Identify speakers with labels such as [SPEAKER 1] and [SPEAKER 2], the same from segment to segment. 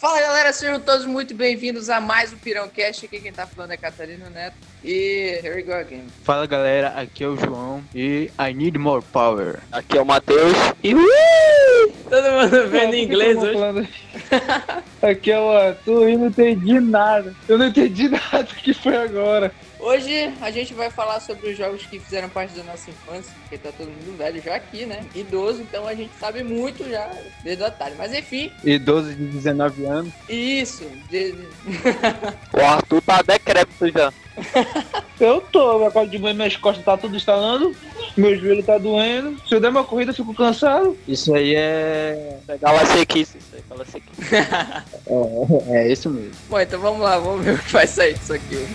[SPEAKER 1] Fala galera, sejam todos muito bem-vindos a mais um Pirão Cast. Aqui quem tá falando é Catarina Neto. E here we go again.
[SPEAKER 2] Fala galera, aqui é o João e I need more power.
[SPEAKER 3] Aqui é o Matheus. E
[SPEAKER 1] Todo mundo vendo em inglês hoje.
[SPEAKER 2] Aqui é o Arthur e não entendi nada. Eu não entendi nada que foi agora.
[SPEAKER 1] Hoje a gente vai falar sobre os jogos que fizeram parte da nossa infância, porque tá todo mundo velho já aqui, né? Idoso, então a gente sabe muito já desde o Atari. Mas enfim,
[SPEAKER 2] Idoso de 19 anos.
[SPEAKER 1] isso. de-
[SPEAKER 3] o Arthur tá decrépito já.
[SPEAKER 4] Eu tô, meu colo de banho, minhas costas tá tudo estalando, meu joelho tá doendo. Se eu der uma corrida, eu fico cansado.
[SPEAKER 2] Isso aí é.
[SPEAKER 3] Gala sequice, isso aí, gala sequice.
[SPEAKER 2] É, é isso mesmo.
[SPEAKER 1] Bom, então vamos lá, vamos ver o que vai sair disso aqui.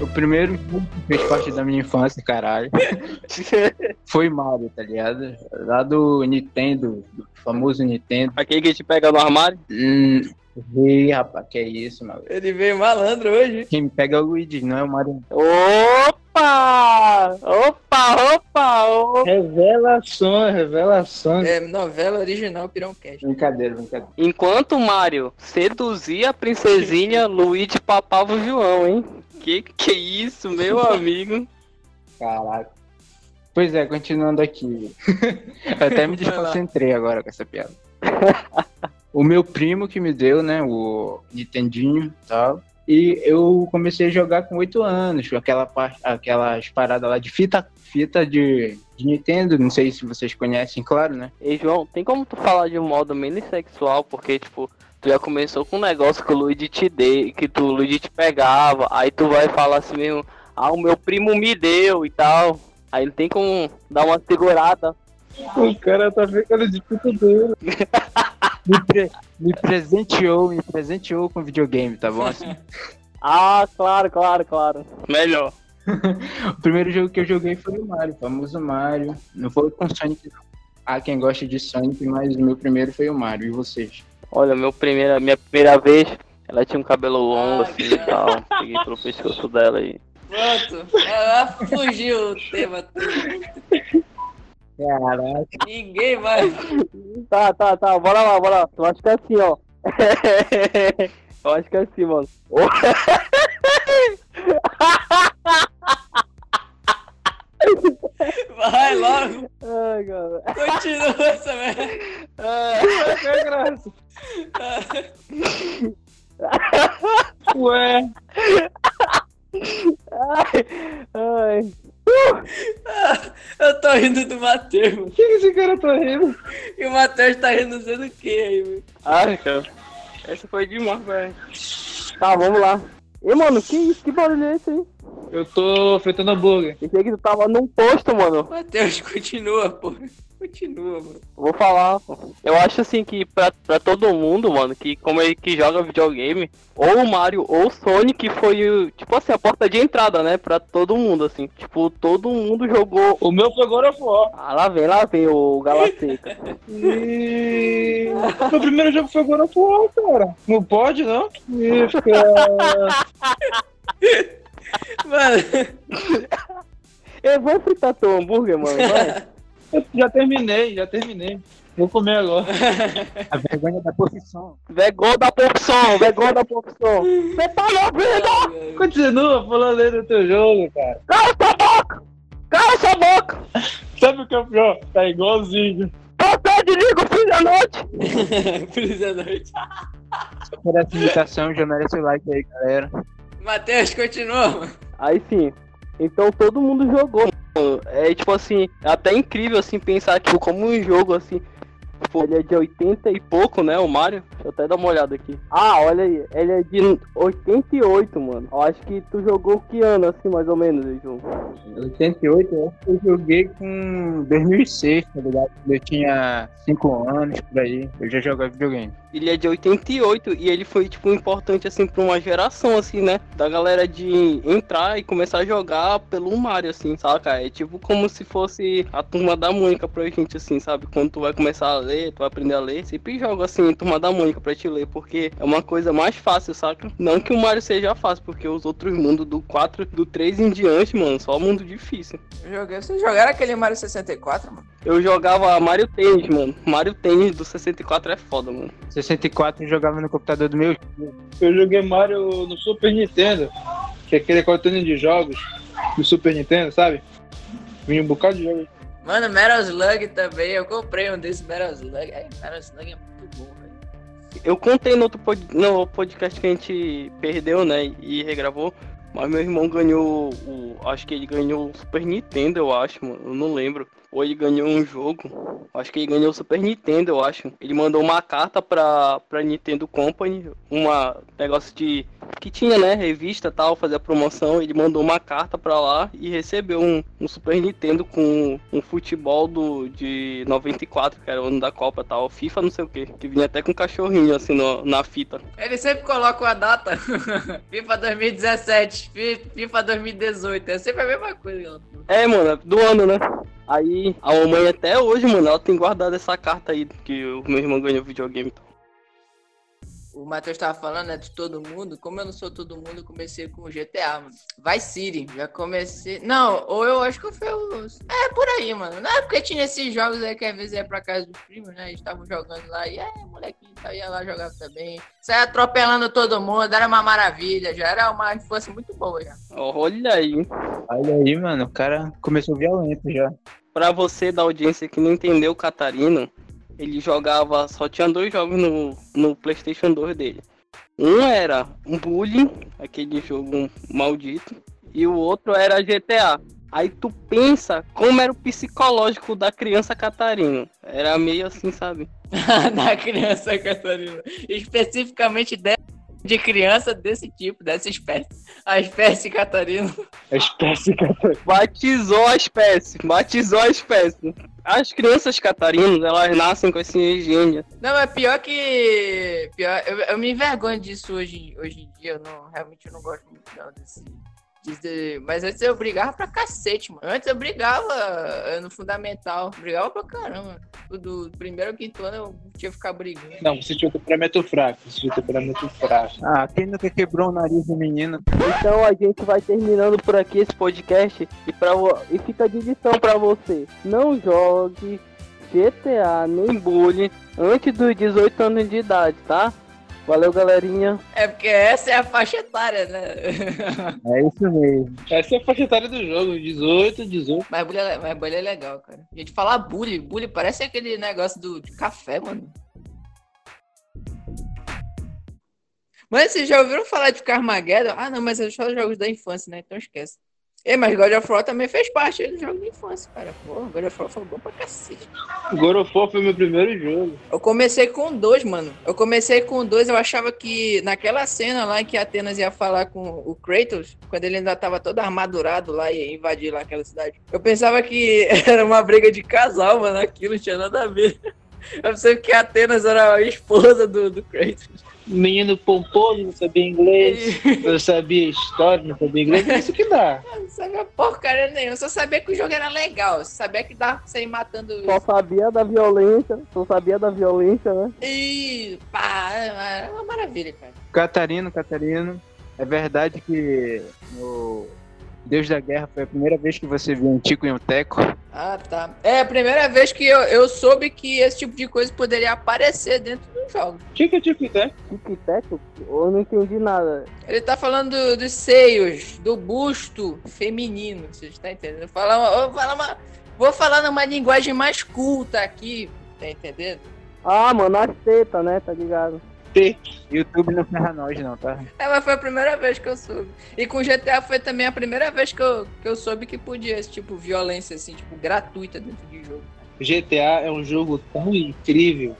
[SPEAKER 2] O primeiro jogo que fez parte da minha infância, caralho, foi Mario, tá ligado? Lá do Nintendo, do famoso Nintendo.
[SPEAKER 3] Aquele que te pega no armário.
[SPEAKER 2] Hum. Ih, rapaz, que isso, mano.
[SPEAKER 1] Ele veio malandro hoje.
[SPEAKER 2] Quem me pega é o Luigi, não é o Mario.
[SPEAKER 3] Opa! Opa, opa, opa!
[SPEAKER 4] Revelações, revelações.
[SPEAKER 1] É novela original Pirão Cast.
[SPEAKER 2] Brincadeira, brincadeira.
[SPEAKER 3] Enquanto Mario seduzia a princesinha, Luigi papava o João, hein? Que que é isso, meu amigo?
[SPEAKER 2] Caraca. Pois é, continuando aqui. Eu até me desconcentrei agora com essa piada. O meu primo que me deu, né, o Nintendinho e tal. E eu comecei a jogar com oito anos, com aquela par- aquelas paradas lá de fita, fita de, de Nintendo, não sei se vocês conhecem, claro, né?
[SPEAKER 3] Ei, João, tem como tu falar de um modo menos sexual? Porque, tipo, tu já começou com um negócio que o Luigi te deu, que tu, o Luigi te pegava, aí tu vai falar assim mesmo, ah, o meu primo me deu e tal. Aí não tem como dar uma segurada.
[SPEAKER 4] O cara tá ficando de puto duro.
[SPEAKER 2] Me, pre- me presenteou, me presenteou com videogame, tá bom? Assim,
[SPEAKER 3] Ah, claro, claro, claro. Melhor.
[SPEAKER 2] O primeiro jogo que eu joguei foi o Mario, o famoso Mario. Não foi com Sonic, não. Há quem gosta de Sonic, mas o meu primeiro foi o Mario. E vocês?
[SPEAKER 3] Olha, meu primeira, minha primeira vez, ela tinha um cabelo longo
[SPEAKER 1] Ah,
[SPEAKER 3] assim
[SPEAKER 1] que
[SPEAKER 3] e tal. Peguei pelo pescoço dela e.
[SPEAKER 1] Pronto. Ah, fugiu o tema.
[SPEAKER 2] Caraca.
[SPEAKER 1] Ninguém vai.
[SPEAKER 3] Tá, tá, tá, bora lá, bora lá. Eu acho que é assim, ó. Eu acho que é assim, mano.
[SPEAKER 1] Vai logo.
[SPEAKER 3] Ai, cara.
[SPEAKER 1] Continua essa merda.
[SPEAKER 3] Ai,
[SPEAKER 4] É graça. Ué,
[SPEAKER 3] ai.
[SPEAKER 1] Ah, Eu tô rindo do Matheus.
[SPEAKER 4] o que que esse cara tá rindo?
[SPEAKER 1] E o Matheus tá rindo dizendo o que aí, meu?
[SPEAKER 3] Ai, cara. Essa foi demais, velho. Tá, vamos lá. Ê, mano, que isso? Que barulho é esse aí?
[SPEAKER 4] Eu tô fritando hambúrguer.
[SPEAKER 3] Pensei que tu tava num posto, mano.
[SPEAKER 1] Matheus, continua, pô. Continua, mano.
[SPEAKER 3] Vou falar. pô. Eu acho assim que pra, pra todo mundo, mano, que como é que joga videogame, ou o Mario ou o Sonic foi, o- tipo assim, a porta de entrada, né? Pra todo mundo, assim. Tipo, todo mundo jogou.
[SPEAKER 4] O meu foi God of War.
[SPEAKER 3] Ah, lá vem, lá vem o Galaceca.
[SPEAKER 4] E... Meu primeiro jogo foi God of War, cara. Não pode, não? Ih, cara.
[SPEAKER 1] Mano,
[SPEAKER 3] Eu vou fritar teu hambúrguer, mano. Vai.
[SPEAKER 4] Eu já terminei, já terminei. Vou comer agora.
[SPEAKER 2] A vergonha da profissão.
[SPEAKER 3] Vergonha da profissão, vergonha da profissão. Você tá na vida!
[SPEAKER 4] Continua falando aí do teu jogo, cara.
[SPEAKER 3] Cala sua boca! Cala sua boca!
[SPEAKER 4] Sabe o que é o pior? Tá igualzinho.
[SPEAKER 3] Você é desliga o fim da noite!
[SPEAKER 1] Feliz noite.
[SPEAKER 2] Por essa imitação, já merece o like aí, galera.
[SPEAKER 1] Matheus, continua, mano.
[SPEAKER 3] Aí sim. Então todo mundo jogou. mano. É tipo assim, é até incrível assim pensar tipo, como um jogo assim. Tipo, ele é de 80 e pouco, né, o Mario? Deixa eu até dar uma olhada aqui. Ah, olha aí, ele é de 88, mano. Eu acho que tu jogou que ano, assim, mais ou menos, Ju?
[SPEAKER 2] 88, eu acho que eu joguei com 2006, tá ligado? Quando Eu tinha 5 anos, por aí. Eu já jogava videogame.
[SPEAKER 3] ele é de 88 e ele foi, tipo, importante, assim, pra uma geração, assim, né? Da galera de entrar e começar a jogar pelo Mario, assim, saca? É tipo como se fosse a turma da Mônica pra gente, assim, sabe? Quando tu vai começar a ler, tu vai aprender a ler, sempre joga, assim, turma da Mônica pra te ler, porque é uma coisa mais fácil, saca? Não que o Mario seja fácil, porque os outros mundos do 4, do 3 em diante, mano, só mundo difícil.
[SPEAKER 1] Eu joguei. Vocês jogaram aquele Mario 64, mano?
[SPEAKER 3] Eu jogava Mario Tênis, mano. Mario Tênis do 64 é foda, mano.
[SPEAKER 2] 64 eu jogava no computador do meu
[SPEAKER 4] Eu joguei Mario no Super Nintendo, que é aquele coletâneo de jogos do Super Nintendo, sabe? Vinha um bocado de jogos.
[SPEAKER 1] Mano, Metal Slug também. Eu comprei um desse Metal Slug. Ai, Metal Slug é muito bom, velho.
[SPEAKER 3] Eu contei no outro pod... no podcast que a gente perdeu, né? E regravou. Mas meu irmão ganhou. O... Acho que ele ganhou o Super Nintendo, eu acho, mano. Eu não lembro. Ou ele ganhou um jogo. Acho que ele ganhou o Super Nintendo, eu acho. Ele mandou uma carta pra, pra Nintendo Company. Uma negócio de. Que tinha, né? Revista e tal, fazer a promoção. Ele mandou uma carta pra lá e recebeu um, um Super Nintendo com um futebol do, de 94, que era o ano da Copa e tal. FIFA, não sei o que. Que vinha até com um cachorrinho assim no- na fita.
[SPEAKER 1] Ele sempre coloca uma data. FIFA 2017, Fi- FIFA 2018. É sempre a mesma coisa. mano.
[SPEAKER 3] É, mano, é do ano, né? Aí a mamãe até hoje, mano, ela tem guardado essa carta aí que o meu irmão ganhou videogame. então.
[SPEAKER 1] O Matheus tava falando, né, de todo mundo. Como eu não sou todo mundo, eu comecei com o GTA, mano. Vai City, já comecei. Não, ou eu acho que eu fui o... É, por aí, mano. Não é porque tinha esses jogos aí que às vezes ia pra casa dos primos, né? Eles estavam jogando lá e, é, molequinho, tá, ia lá jogava também. Saia atropelando todo mundo, era uma maravilha, já era uma infância muito boa, já.
[SPEAKER 3] Olha aí.
[SPEAKER 2] Olha aí, mano, o cara começou violento já.
[SPEAKER 3] Pra você da audiência que não entendeu o Catarino, ele jogava. Só tinha dois jogos no, no PlayStation 2 dele. Um era um bullying, aquele jogo maldito, e o outro era GTA. Aí tu pensa como era o psicológico da criança Catarino. Era meio assim, sabe?
[SPEAKER 1] da criança Catarina. Especificamente de, de criança desse tipo, dessa espécie. A espécie Catarina.
[SPEAKER 4] A espécie, cara.
[SPEAKER 3] Batizou a espécie, batizou a espécie. As crianças catarinas, elas nascem com esse gênio.
[SPEAKER 1] Não, é pior que. Pior, eu, eu me envergonho disso hoje, em- hoje em dia. Eu não, realmente eu não gosto muito não, desse. desse- Mas antes eu brigava pra cacete, mano. Antes eu brigava eh, no fundamental. Brigava pra caramba. Do, do primeiro ao quinto ano eu tinha que ficar brigando.
[SPEAKER 4] Não, você tinha o temperamento fraco. Você tinha o temperamento fraco.
[SPEAKER 2] Ah, quem nunca quebrou o nariz do menino?
[SPEAKER 3] Então a gente vai terminando por aqui esse podcast e, pra, vo- e fica de lição pra você. Não jogue GTA nem bullying antes dos 18 anos de idade, tá? Valeu, galerinha.
[SPEAKER 1] É porque essa é a faixa etária, né?
[SPEAKER 2] É isso mesmo.
[SPEAKER 4] Essa é a faixa etária do jogo. 18, 18.
[SPEAKER 1] mas, bullying, é- mas bullying é legal, cara. A gente fala bullying. Bullying parece aquele negócio do, de café, mano. Mas vocês já ouviram falar de Carmageddon? Ah, não, mas é só jogos da infância, né? Então esquece. Ei, mas God of War também fez parte do jogo de infância, cara. Pô, God of War foi bom pra cacete.
[SPEAKER 4] Gorofó foi meu primeiro jogo.
[SPEAKER 1] Eu comecei com dois, mano. Eu comecei com dois, eu achava que naquela cena lá em que Atenas ia falar com o Kratos, quando ele ainda tava todo armadurado lá e ia invadir lá aquela cidade, eu pensava que era uma briga de casal, mano. Aquilo não tinha nada a ver. Eu pensei que Atenas era a esposa do, do Kratos.
[SPEAKER 4] Menino pomposo, não sabia inglês. Eu sabia história, não sabia inglês. É isso que dá.
[SPEAKER 1] Eu não sabia porcaria nenhuma, só sabia que o jogo era legal, só sabia que dava pra você ir matando.
[SPEAKER 3] Só sabia da violência, só sabia da violência, né?
[SPEAKER 1] E pá, é uma maravilha, cara.
[SPEAKER 2] Catarino, Catarino, é verdade que no Deus da Guerra foi a primeira vez que você viu um Tico e um Teco.
[SPEAKER 1] Ah, tá. É a primeira vez que eu, eu soube que esse tipo de coisa poderia aparecer dentro do jogo.
[SPEAKER 4] Tica, tica, tica.
[SPEAKER 3] Tic-tac? Eu não entendi nada.
[SPEAKER 1] Ele tá falando do- dos seios, do busto feminino, vocês estão entendendo? Falar uma- vou, falar uma, vou falar numa linguagem mais culta aqui, tá entendendo?
[SPEAKER 3] Ah, mano, as tetas, né? Tá ligado?
[SPEAKER 2] YouTube não ferra nós não, tá?
[SPEAKER 1] É, mas foi a primeira vez que eu soube. E com GTA foi também a primeira vez que eu, que eu soube que podia esse tipo de violência, assim, tipo, gratuita dentro de jogo.
[SPEAKER 4] GTA é um jogo tão incrível.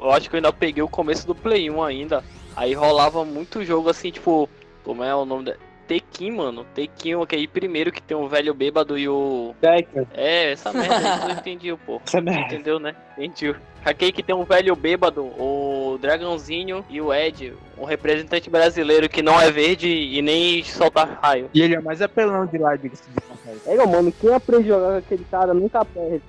[SPEAKER 3] Eu acho que eu ainda peguei o começo do Play 1 ainda. Aí rolava muito jogo assim, tipo, como é o nome da. Tekken, mano. Tekken, aquele primeiro que tem o velho bêbado e o.
[SPEAKER 4] Tekken.
[SPEAKER 3] É, essa merda aí tu não entendi, pô.
[SPEAKER 4] Essa merda.
[SPEAKER 3] Entendeu, né? Entendi. Aquele que tem um velho bêbado, o o Dragãozinho e o Ed, um representante brasileiro que não é verde e nem solta raio.
[SPEAKER 2] E ele é o mais apelão de lá, diga-se de passagem.
[SPEAKER 3] É, mano, quem aprende a jogar com aquele cara nunca perde.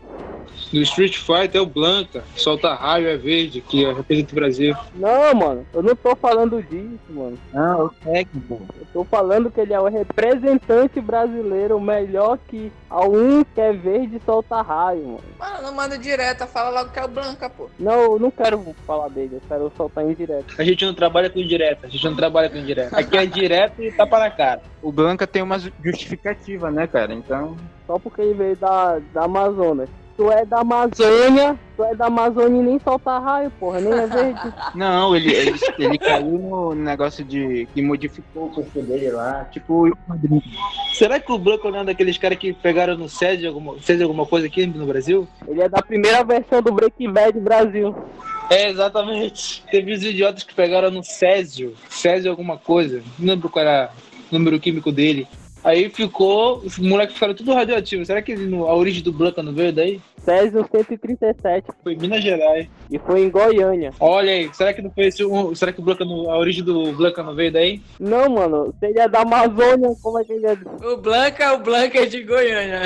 [SPEAKER 4] No Street Fighter é o Blanca, solta raio, é verde, que é, representa o Brasil.
[SPEAKER 3] Não, mano, eu não tô falando disso, mano.
[SPEAKER 2] Não, é o técnico.
[SPEAKER 3] Eu tô falando que ele é o representante brasileiro melhor que a um que é verde e solta raio, mano.
[SPEAKER 1] Mano, não manda direta, fala logo que é o Blanca, pô.
[SPEAKER 3] Não, eu não quero falar dele, eu quero soltar indireto.
[SPEAKER 4] A gente não trabalha com indireta, a gente não trabalha com indireta. Aqui é direto e tapa na cara.
[SPEAKER 2] O Blanca tem uma ju- justificativa, né, cara? Então.
[SPEAKER 3] Só porque ele veio da, da Amazonas. Tu é da Amazônia, tu é da Amazônia e nem solta raio, porra, nem é verde.
[SPEAKER 2] Não, ele, ele, ele caiu no negócio de. que modificou o corpo dele lá. Tipo, o quadrinho.
[SPEAKER 4] Será que o Blanco não é um daqueles caras que pegaram no SED alguma, SED alguma coisa aqui no Brasil?
[SPEAKER 3] Ele é da primeira versão do Breaking Bad Brasil.
[SPEAKER 4] É, exatamente. Teve os idiotas que pegaram no Césio, Césio alguma coisa, não lembro qual era o número químico dele. Aí ficou, os moleques ficaram tudo radioativo. Será que ele não- a origem do Blanca não veio daí?
[SPEAKER 3] Césio 137.
[SPEAKER 4] Foi em Minas Gerais.
[SPEAKER 3] E foi em Goiânia.
[SPEAKER 4] Olha aí, será que não foi esse um, será que o Blanca não- a origem do Blanca não veio daí?
[SPEAKER 3] Não, mano, se ele é da Amazônia, como é que ele é?
[SPEAKER 1] O Blanca, o Blanca é de Goiânia.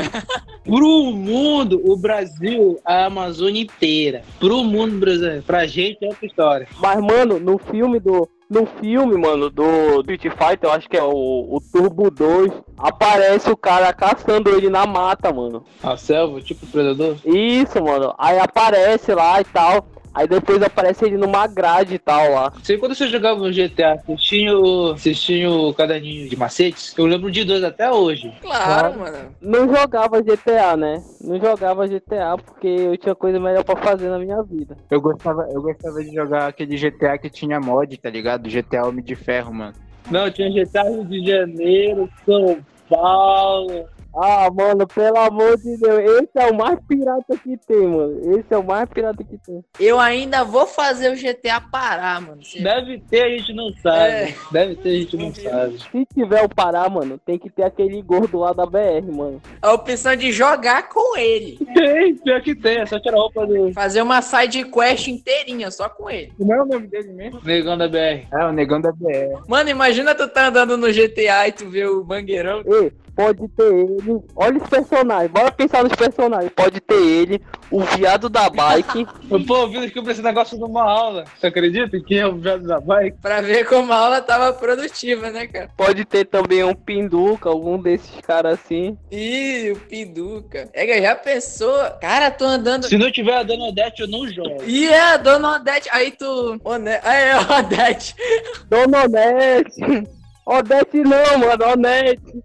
[SPEAKER 4] Pro mundo, o Brasil, a Amazônia inteira. Pro mundo brasileiro, pra gente é outra história.
[SPEAKER 3] Mas, mano, no filme do. No filme, mano, do do Street Fighter, eu acho que é o, o Turbo 2, aparece o cara caçando ele na mata, mano.
[SPEAKER 4] A selva, tipo predador.
[SPEAKER 3] Isso, mano. Aí aparece lá e tal. Aí depois aparece ele numa grade e tal lá.
[SPEAKER 4] Sei quando você jogava um no GTA, vocês tinham, vocês tinham o caderninho de macetes? Eu lembro de dois até hoje.
[SPEAKER 1] Claro, mano.
[SPEAKER 3] Não jogava GTA, né? Não jogava GTA porque eu tinha coisa melhor pra fazer na minha vida.
[SPEAKER 2] Eu gostava, eu gostava de jogar aquele GTA que tinha mod, tá ligado? GTA Homem de Ferro, mano.
[SPEAKER 4] Não, tinha GTA Rio de Janeiro, São Paulo.
[SPEAKER 3] Ah, mano, pelo amor de Deus, esse é o mais pirata que tem, mano. Esse é o mais pirata que tem.
[SPEAKER 1] Eu ainda vou fazer o GTA parar, mano. Você-
[SPEAKER 4] Deve ter, a gente não sabe.
[SPEAKER 1] É.
[SPEAKER 4] É. Deve ter, a gente não sabe.
[SPEAKER 3] Se tiver o Pará, mano, tem que ter aquele gordo lá da BR, mano.
[SPEAKER 1] A opção de jogar com ele.
[SPEAKER 4] Tem, pior que tem, é só tirar a roupa do.
[SPEAKER 1] Fazer uma side quest inteirinha só com ele.
[SPEAKER 2] Não é o nome dele mesmo?
[SPEAKER 4] Negão da BR.
[SPEAKER 2] É, o Negão da BR.
[SPEAKER 1] Mano, imagina tu tá andando no GTA e tu vê o mangueirão.
[SPEAKER 3] Ei, pode ter ele. Olha os personagens, bora pensar nos personagens. Pode ter ele, o viado da bike.
[SPEAKER 4] Eu, pô, eu vi que eu esse negócio numa aula. Você acredita? Quem é o viado da bike?
[SPEAKER 1] Pra ver como a aula tava produtiva, né, cara?
[SPEAKER 3] pode ter também um pinduca, algum desses caras assim.
[SPEAKER 1] Ih, o Piduca. É que já pensou? Cara, tô andando.
[SPEAKER 4] Se não tiver a Dona Odete, eu não jogo.
[SPEAKER 1] Ih, é, dona Odete. Aí tu. One... Aí, Odete.
[SPEAKER 3] Dona Onete. Odete não, mano, Onete.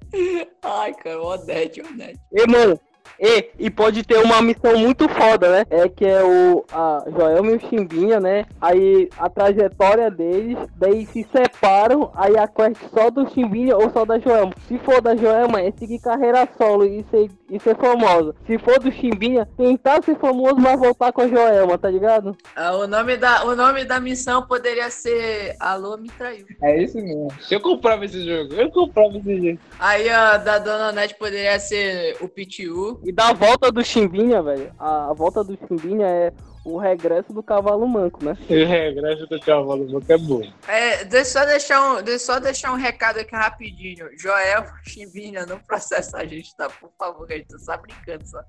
[SPEAKER 1] Ai, cara, Odete, Odete.
[SPEAKER 3] E, mano, e, e pode ter uma missão muito foda, né? É que é o a Joelma e o Chimbinha, né? Aí a trajetória deles, daí se separam, aí a quest só do Chimbinha ou só da Joelma. Se for da Joelma, é seguir carreira solo e ser, e ser famosa. Se for do Chimbinha, tentar ser famoso, mas voltar com a Joelma, tá ligado?
[SPEAKER 1] Ah, o, nome da, o nome da missão poderia ser Alô, me traiu.
[SPEAKER 4] É isso mesmo. Eu comprava esse jogo. Eu comprava esse jogo.
[SPEAKER 1] Aí a da Dona Nete poderia ser o Pitiu.
[SPEAKER 3] E da volta do Chimbinha, velho, a, a volta do Chimbinha é o regresso do cavalo manco, né?
[SPEAKER 4] Eu regresso do cavalo, meu, que é bom.
[SPEAKER 1] É, deixa eu só deixar um, deixa eu só deixar um recado aqui rapidinho. Joel Chimbinha, não processa a gente, tá? Por favor, a gente tá só brincando só.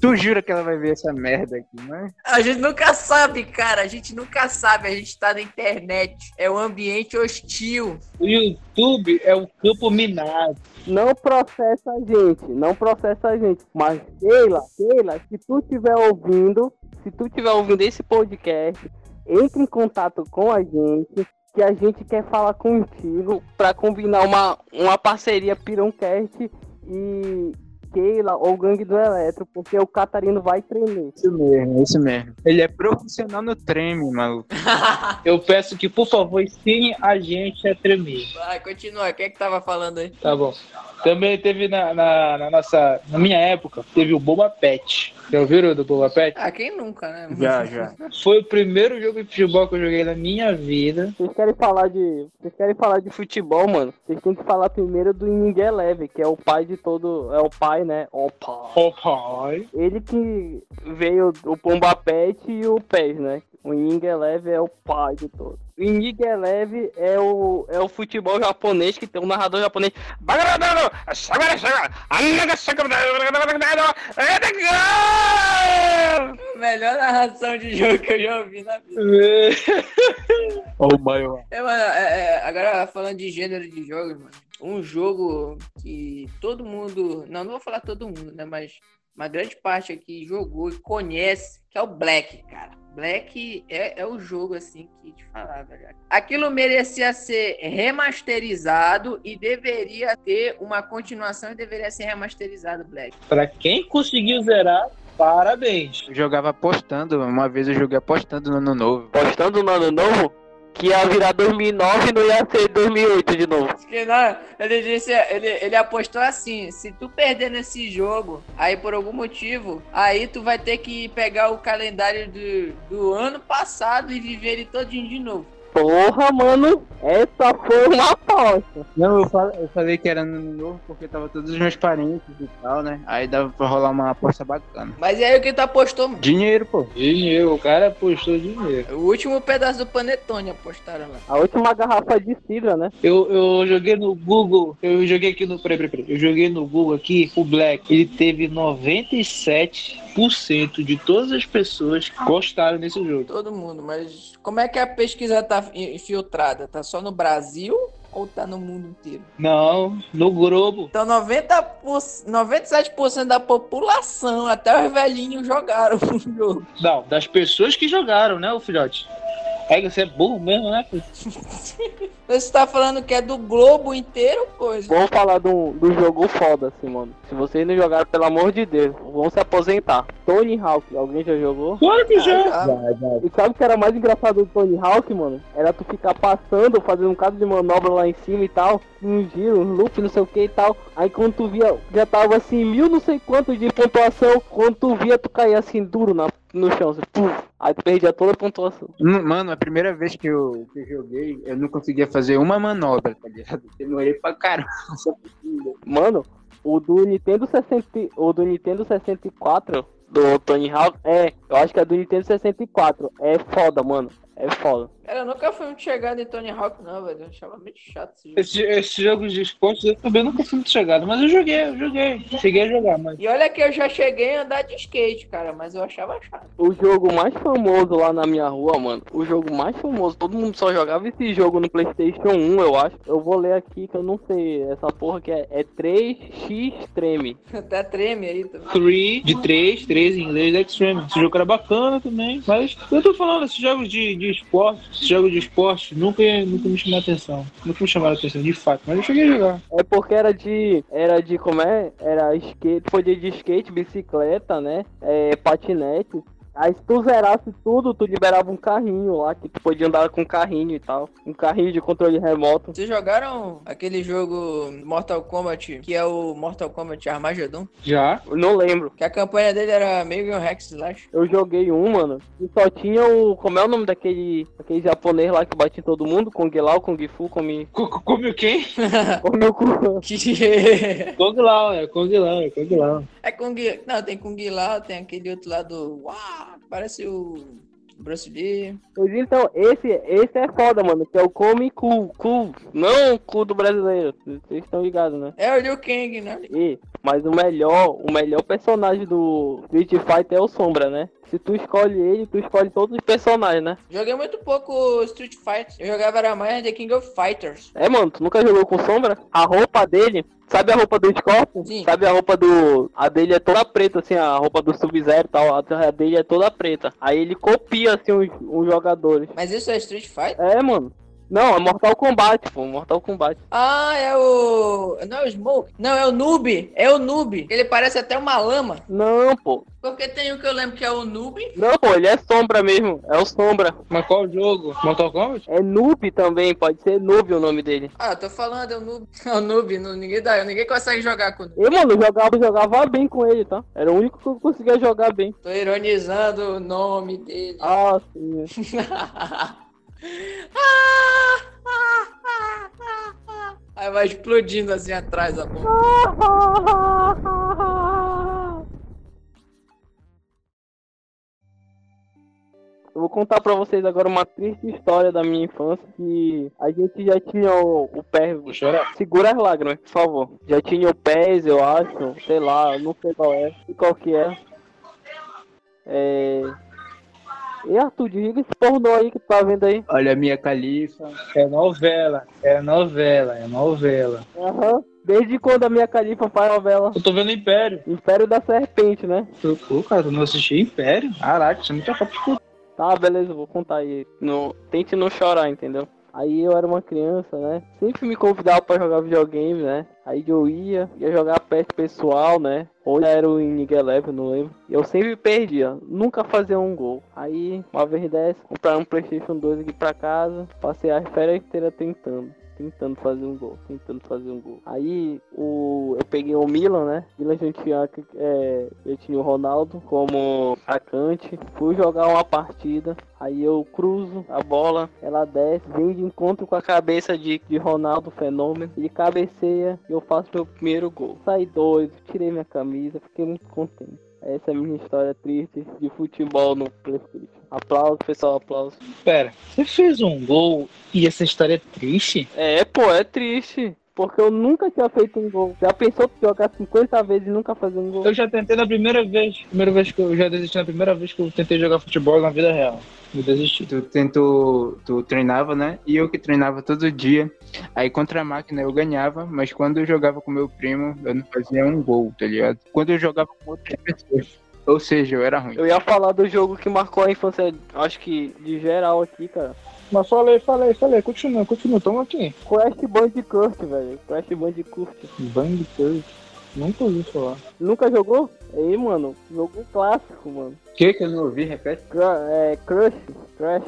[SPEAKER 2] Tu jura que ela vai ver essa merda aqui, né?
[SPEAKER 1] A gente nunca sabe, cara. A gente nunca sabe. A gente tá na internet. É um ambiente hostil.
[SPEAKER 4] O YouTube é um campo minado.
[SPEAKER 3] Não processa a gente, não processa a gente. Mas, Keila, Keila, se tu estiver ouvindo, se tu estiver ouvindo esse podcast, entre em contato com a gente, que a gente quer falar contigo pra combinar uma, uma parceria Pironcast e Keila ou Gangue do Eletro, porque o Catarino vai tremer.
[SPEAKER 2] Isso mesmo, isso mesmo. Ele é profissional no treme, maluco.
[SPEAKER 4] Eu peço que, por favor, ensine a gente a tremer.
[SPEAKER 1] Vai, continua. Quem é que tava falando aí?
[SPEAKER 4] Tá bom. Também teve na, na, na nossa. Na minha época, teve o Boba Pet. Já ouviram do Boba Pet?
[SPEAKER 1] Ah, quem nunca, né?
[SPEAKER 2] Já, já.
[SPEAKER 4] Foi o primeiro jogo de futebol que eu joguei na minha vida.
[SPEAKER 3] Vocês querem falar de. Vocês querem falar de futebol, mano? Vocês têm que falar primeiro do Ninguém Leve, que é o pai de todo. É o pai, né? Opa.
[SPEAKER 4] Opa!
[SPEAKER 3] Ele que veio o Pomba Pet e o Pés, né? O Ing Eleven é o pai de todos. O Ing Eleven é o, é o futebol japonês que tem um narrador japonês.
[SPEAKER 1] Melhor narração de jogo que eu já ouvi na vida.
[SPEAKER 2] Oh my
[SPEAKER 1] É, mano, é, é, agora falando de gênero de jogos, mano. Um jogo que todo mundo. Não, não vou falar todo mundo, né? Mas uma grande parte aqui jogou e conhece, que é o Black, cara. Black é, é o jogo, assim, que te falar, velho. Aquilo merecia ser remasterizado e deveria ter uma continuação e deveria ser remasterizado, Black.
[SPEAKER 4] Pra quem conseguiu zerar, parabéns.
[SPEAKER 2] Eu jogava apostando, uma vez eu joguei apostando no ano novo.
[SPEAKER 3] Postando no ano novo que ia virar 2009 e não ia ser 2008 de novo.
[SPEAKER 1] Porque não, ele disse, ele, ele apostou assim, se tu perder nesse jogo, aí por algum motivo, aí tu vai ter que pegar o calendário do, do ano passado e viver ele todinho de novo.
[SPEAKER 3] Porra, mano, essa foi uma aposta.
[SPEAKER 2] Não, eu, fal- eu falei que era no ano novo porque tava todos os meus parentes e tal, né? Aí dava pra rolar uma aposta bacana.
[SPEAKER 1] Mas é aí o que tu apostou, mano.
[SPEAKER 2] Dinheiro, pô.
[SPEAKER 4] Dinheiro, o cara postou dinheiro.
[SPEAKER 1] O último pedaço do Panetone apostaram lá.
[SPEAKER 3] A última garrafa de cidra, né?
[SPEAKER 4] Eu, eu joguei no Google, eu joguei aqui no. Peraí, peraí, peraí. Eu joguei no Google aqui, o Black, ele teve 97% de todas as pessoas que gostaram desse jogo.
[SPEAKER 1] Todo mundo, mas como é que a pesquisa tá infiltrada? Tá só no Brasil ou tá no mundo inteiro?
[SPEAKER 4] Não, no Globo.
[SPEAKER 1] Então 90 por... 97% da população, até os velhinhos jogaram o jogo.
[SPEAKER 4] Não, das pessoas que jogaram, né, o filhote? É que você é burro mesmo, né? filho?
[SPEAKER 1] Você tá falando que é do globo inteiro, coisa?
[SPEAKER 3] Vamos falar do, do jogo foda, assim, mano. Se vocês não jogaram, pelo amor de Deus, vão se aposentar. Tony Hawk, alguém já jogou?
[SPEAKER 4] Claro que já.
[SPEAKER 1] Ah,
[SPEAKER 3] E sabe o que era mais engraçado do Tony Hawk, mano? Era tu ficar passando, fazendo um caso de manobra lá em cima e tal, um giro, um loop, não sei o que e tal. Aí quando tu via, já tava assim, mil não sei quanto de pontuação. Quando tu via, tu caía assim, duro na, no chão, assim, puf. Aí tu perdia toda a pontuação.
[SPEAKER 2] Hum, Mano, a primeira vez que eu, que eu joguei, eu não conseguia fazer uma manobra, tá ligado? Demorei pra caramba.
[SPEAKER 3] Mano, o do Nintendo 60, o do Nintendo 64 do Tony Hawk, é, eu acho que é do Nintendo 64. É foda, mano. É foda.
[SPEAKER 1] Cara, eu nunca fui muito chegado em Tony Hawk, não, velho. Eu achava muito chato esse jogo.
[SPEAKER 4] Esse- Esses jogos de esportes eu também nunca fui muito chegado, mas eu joguei, eu joguei. Cheguei a jogar, mas.
[SPEAKER 1] E olha que eu já cheguei a andar de skate, cara, mas eu achava chato.
[SPEAKER 3] O jogo mais famoso lá na minha rua, mano. O jogo mais famoso, todo mundo só jogava esse jogo no PlayStation 1, eu acho. Eu vou ler aqui que eu não sei essa porra que é, é 3x Treme.
[SPEAKER 1] Até treme aí. Tô...
[SPEAKER 4] 3, de 3, 3 em inglês é Extreme. Esse jogo era bacana também, mas eu tô falando, esses jogos de, de esporte, esses jogos de esporte nunca, nunca me chamaram atenção. Nunca me chamaram atenção, de fato, mas eu cheguei a jogar.
[SPEAKER 3] É porque era de. Era de como é? Era skate. Podia de skate, bicicleta, né? É, patinete. Aí se tu zerasse tudo, tu liberava um carrinho lá, que tu podia andar com um carrinho e tal. Um carrinho de controle remoto.
[SPEAKER 1] Vocês jogaram aquele jogo Mortal Kombat, que é o Mortal Kombat Armageddon?
[SPEAKER 4] Já?
[SPEAKER 3] Eu não lembro.
[SPEAKER 1] Que a campanha dele era meio que um hack slash.
[SPEAKER 3] Eu joguei um, mano, e só tinha o. Como é o nome daquele. Aquele japonês lá que bate em todo mundo? Kung Lao, Kung Fu, come.
[SPEAKER 4] Co- co- Como quem?
[SPEAKER 3] Come o cu.
[SPEAKER 1] Que-
[SPEAKER 4] Kong Lao, é Kong Lao, é Kong Lao.
[SPEAKER 1] é Kung... Não, tem Kung Lao, tem aquele outro lá do... Uau, parece o Bruce Lee.
[SPEAKER 3] Pois então, esse, esse é foda, mano, que é o Come Cu. Cu. Não o cu do brasileiro. Vocês estão ligados, né?
[SPEAKER 1] É o Liu Kang, né?
[SPEAKER 3] E, mas o melhor, o melhor personagem do Street Fighter é o Sombra, né? Se tu escolhe ele, tu escolhe todos os personagens, né?
[SPEAKER 1] Joguei muito pouco Street Fighter. Eu jogava era mais The King of Fighters.
[SPEAKER 3] É, mano, tu nunca jogou com Sombra? A roupa dele, sabe a roupa do Scorpion?
[SPEAKER 1] Sim.
[SPEAKER 3] Sabe a roupa do... A dele é toda preta, assim, a roupa do Sub-Zero e tal, a dele é toda preta. Aí ele copia, assim, os, os jogadores.
[SPEAKER 1] Mas isso é Street Fighter?
[SPEAKER 3] É, mano. Não, é Mortal Kombat, pô, Mortal Kombat.
[SPEAKER 1] Ah, é o. Não é o Smoke? Não, é o Noob. É o Noob. Ele parece até uma lama.
[SPEAKER 3] Não, pô.
[SPEAKER 1] Porque tem um que eu lembro que é o Noob.
[SPEAKER 3] Não, pô, ele é Sombra mesmo, é o Sombra.
[SPEAKER 4] Mas qual jogo? Mortal Kombat?
[SPEAKER 3] É Noob também, pode ser Noob o nome dele.
[SPEAKER 1] Ah, eu tô falando, é o Noob. É o Noob. não- ninguém, dá, ninguém consegue jogar com o Noob.
[SPEAKER 3] Eu, mano, eu jogava, eu jogava bem com ele, tá? Era o único que eu conseguia jogar bem.
[SPEAKER 1] Tô ironizando o nome dele.
[SPEAKER 3] Ah, sim.
[SPEAKER 1] Aí vai explodindo assim atrás a bomba.
[SPEAKER 3] Eu vou contar pra vocês agora uma triste história da minha infância que a gente já tinha o, o PES.
[SPEAKER 4] Vou chorar.
[SPEAKER 3] Segura as lágrimas, por favor. Já tinha o PES, eu acho. Sei lá, eu não sei qual é. sei Qual que é. É. E Arthur, desliga esse pornô aí que tu tá vendo aí.
[SPEAKER 2] Olha a minha califa.
[SPEAKER 4] É novela, é novela, é novela.
[SPEAKER 3] Aham. Desde quando a minha califa faz novela?
[SPEAKER 4] Eu tô vendo Império.
[SPEAKER 3] Império da Serpente, né?
[SPEAKER 4] Tô- Pô, cara, tu não assistiu Império? Caraca, isso é muita falta de cultura.
[SPEAKER 3] Tá, beleza, eu vou contar aí. Não, tente não chorar, entendeu? Aí eu era uma criança, né? Sempre me convidava pra jogar videogame, né? Aí eu ia, ia jogar perto do pessoal, né? Ou era o Inning Eleven, não lembro. E eu sempre perdia, nunca fazia um gol. Aí, uma vez dessa, compraram um PlayStation 2 aqui pra casa, passei as férias inteiras tentando. Tentando fazer um gol, tentando fazer um gol. Aí o, eu peguei o Milan, né? Milan a gente tinha, é, eu tinha o Ronaldo como atacante. Fui jogar uma partida. Aí eu cruzo a bola, ela desce, vem de encontro com a cabeça de, de Ronaldo Fenômeno. Ele cabeceia e eu faço meu primeiro gol. Saí doido, tirei minha camisa, fiquei muito contente. Essa é a minha história triste de futebol no Playstation. Aplausos, pessoal, aplausos.
[SPEAKER 4] Pera, você fez um gol e essa história é triste?
[SPEAKER 3] É, pô, é triste. Porque eu nunca tinha feito um gol. Já pensou em jogar 50 vezes e nunca fazer um gol?
[SPEAKER 4] Eu já tentei na primeira vez. Primeira vez que eu já desisti na primeira vez que eu tentei jogar futebol na vida real. Eu desisti.
[SPEAKER 2] Tu tentou. Tu treinava, né? E eu que treinava todo dia. Aí contra a máquina eu ganhava, mas quando eu jogava com meu primo, eu não fazia um gol, tá ligado? Quando eu jogava com outras pessoas. Ou seja, eu era ruim.
[SPEAKER 3] Eu ia falar do jogo que marcou a infância, acho que de geral aqui, cara.
[SPEAKER 4] Mas falei, falei, falei. Continua, continua. Toma aqui.
[SPEAKER 3] Crash Bandicoot, velho. Crash Bandicoot.
[SPEAKER 4] Bang Curry. Nunca ouvi falar.
[SPEAKER 3] Nunca jogou? Ei, mano. Jogo clássico, mano.
[SPEAKER 2] O que é que eu não ouvi? Repete.
[SPEAKER 3] Cra- é, Crush. Crash.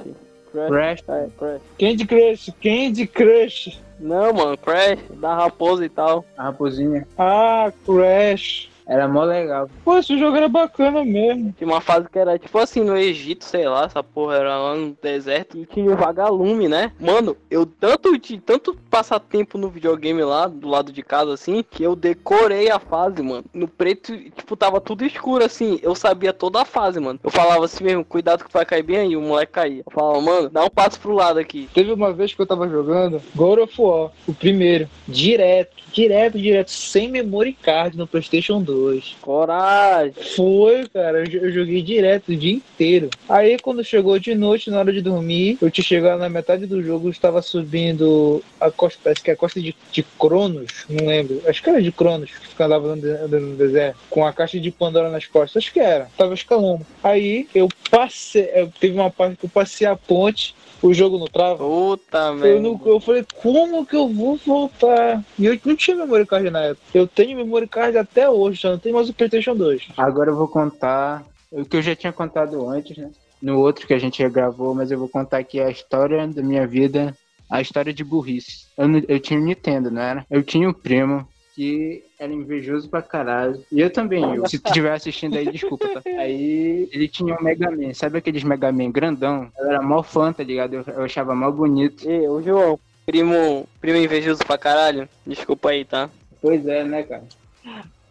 [SPEAKER 3] Crash.
[SPEAKER 2] Crash.
[SPEAKER 3] É, Crash.
[SPEAKER 4] Candy Crush, Candy Crush.
[SPEAKER 3] Não, mano. Crash. Da raposa e tal.
[SPEAKER 2] A raposinha.
[SPEAKER 4] Ah, Crash.
[SPEAKER 2] Era mó legal.
[SPEAKER 4] Pô, esse jogo era bacana mesmo.
[SPEAKER 3] Tinha uma fase que era tipo assim, no Egito, sei lá. Essa porra era lá no deserto. E tinha o vagalume, né? Mano, eu tanto, de tanto passar tempo no videogame lá, do lado de casa, assim, que eu decorei a fase, mano. No preto, tipo, tava tudo escuro, assim. Eu sabia toda a fase, mano. Eu falava assim mesmo, cuidado que vai cair bem aí. O moleque caía. Eu falava, mano, dá um passo pro lado aqui.
[SPEAKER 4] Teve uma vez que eu tava jogando God of War, o primeiro. Direto, direto, direto, sem memory card no Playstation 2.
[SPEAKER 3] Coragem.
[SPEAKER 4] Foi, cara, eu jo- eu joguei direto o dia inteiro. Aí quando chegou de noite, na hora de dormir, eu tinha chegado na metade do jogo, eu estava subindo a costa, parece que é a costa de, de Cronos, não lembro. Acho que era de Cronos, que ficava andando, andando no deserto, com a caixa de Pandora nas costas. Acho que era, tava escalando. Aí eu passei, eu- teve uma parte que eu passei a ponte, o jogo não trava.
[SPEAKER 3] Puta,
[SPEAKER 4] Eu,
[SPEAKER 3] velho.
[SPEAKER 4] não- eu falei, como que eu vou voltar? E eu não tinha memory card na época. Eu tenho memory card até hoje, só não tenho mais o PlayStation 2.
[SPEAKER 2] Agora eu vou contar o que eu já tinha contado antes, né? No outro que a gente gravou, mas eu vou contar aqui a história da minha vida, a história de burrice. Eu, não- eu tinha um Nintendo, não era? Eu tinha um primo que era invejoso pra caralho. E eu também, eu. Se tu estiver assistindo aí, desculpa, tá? Aí ele tinha um Mega Man, sabe aqueles Mega Man grandão? Eu era mó fã, tá ligado? Eu, eu achava mó bonito.
[SPEAKER 3] Ei, ô João. Primo, primo invejoso pra caralho. Desculpa aí, tá?
[SPEAKER 2] Pois é, né, cara?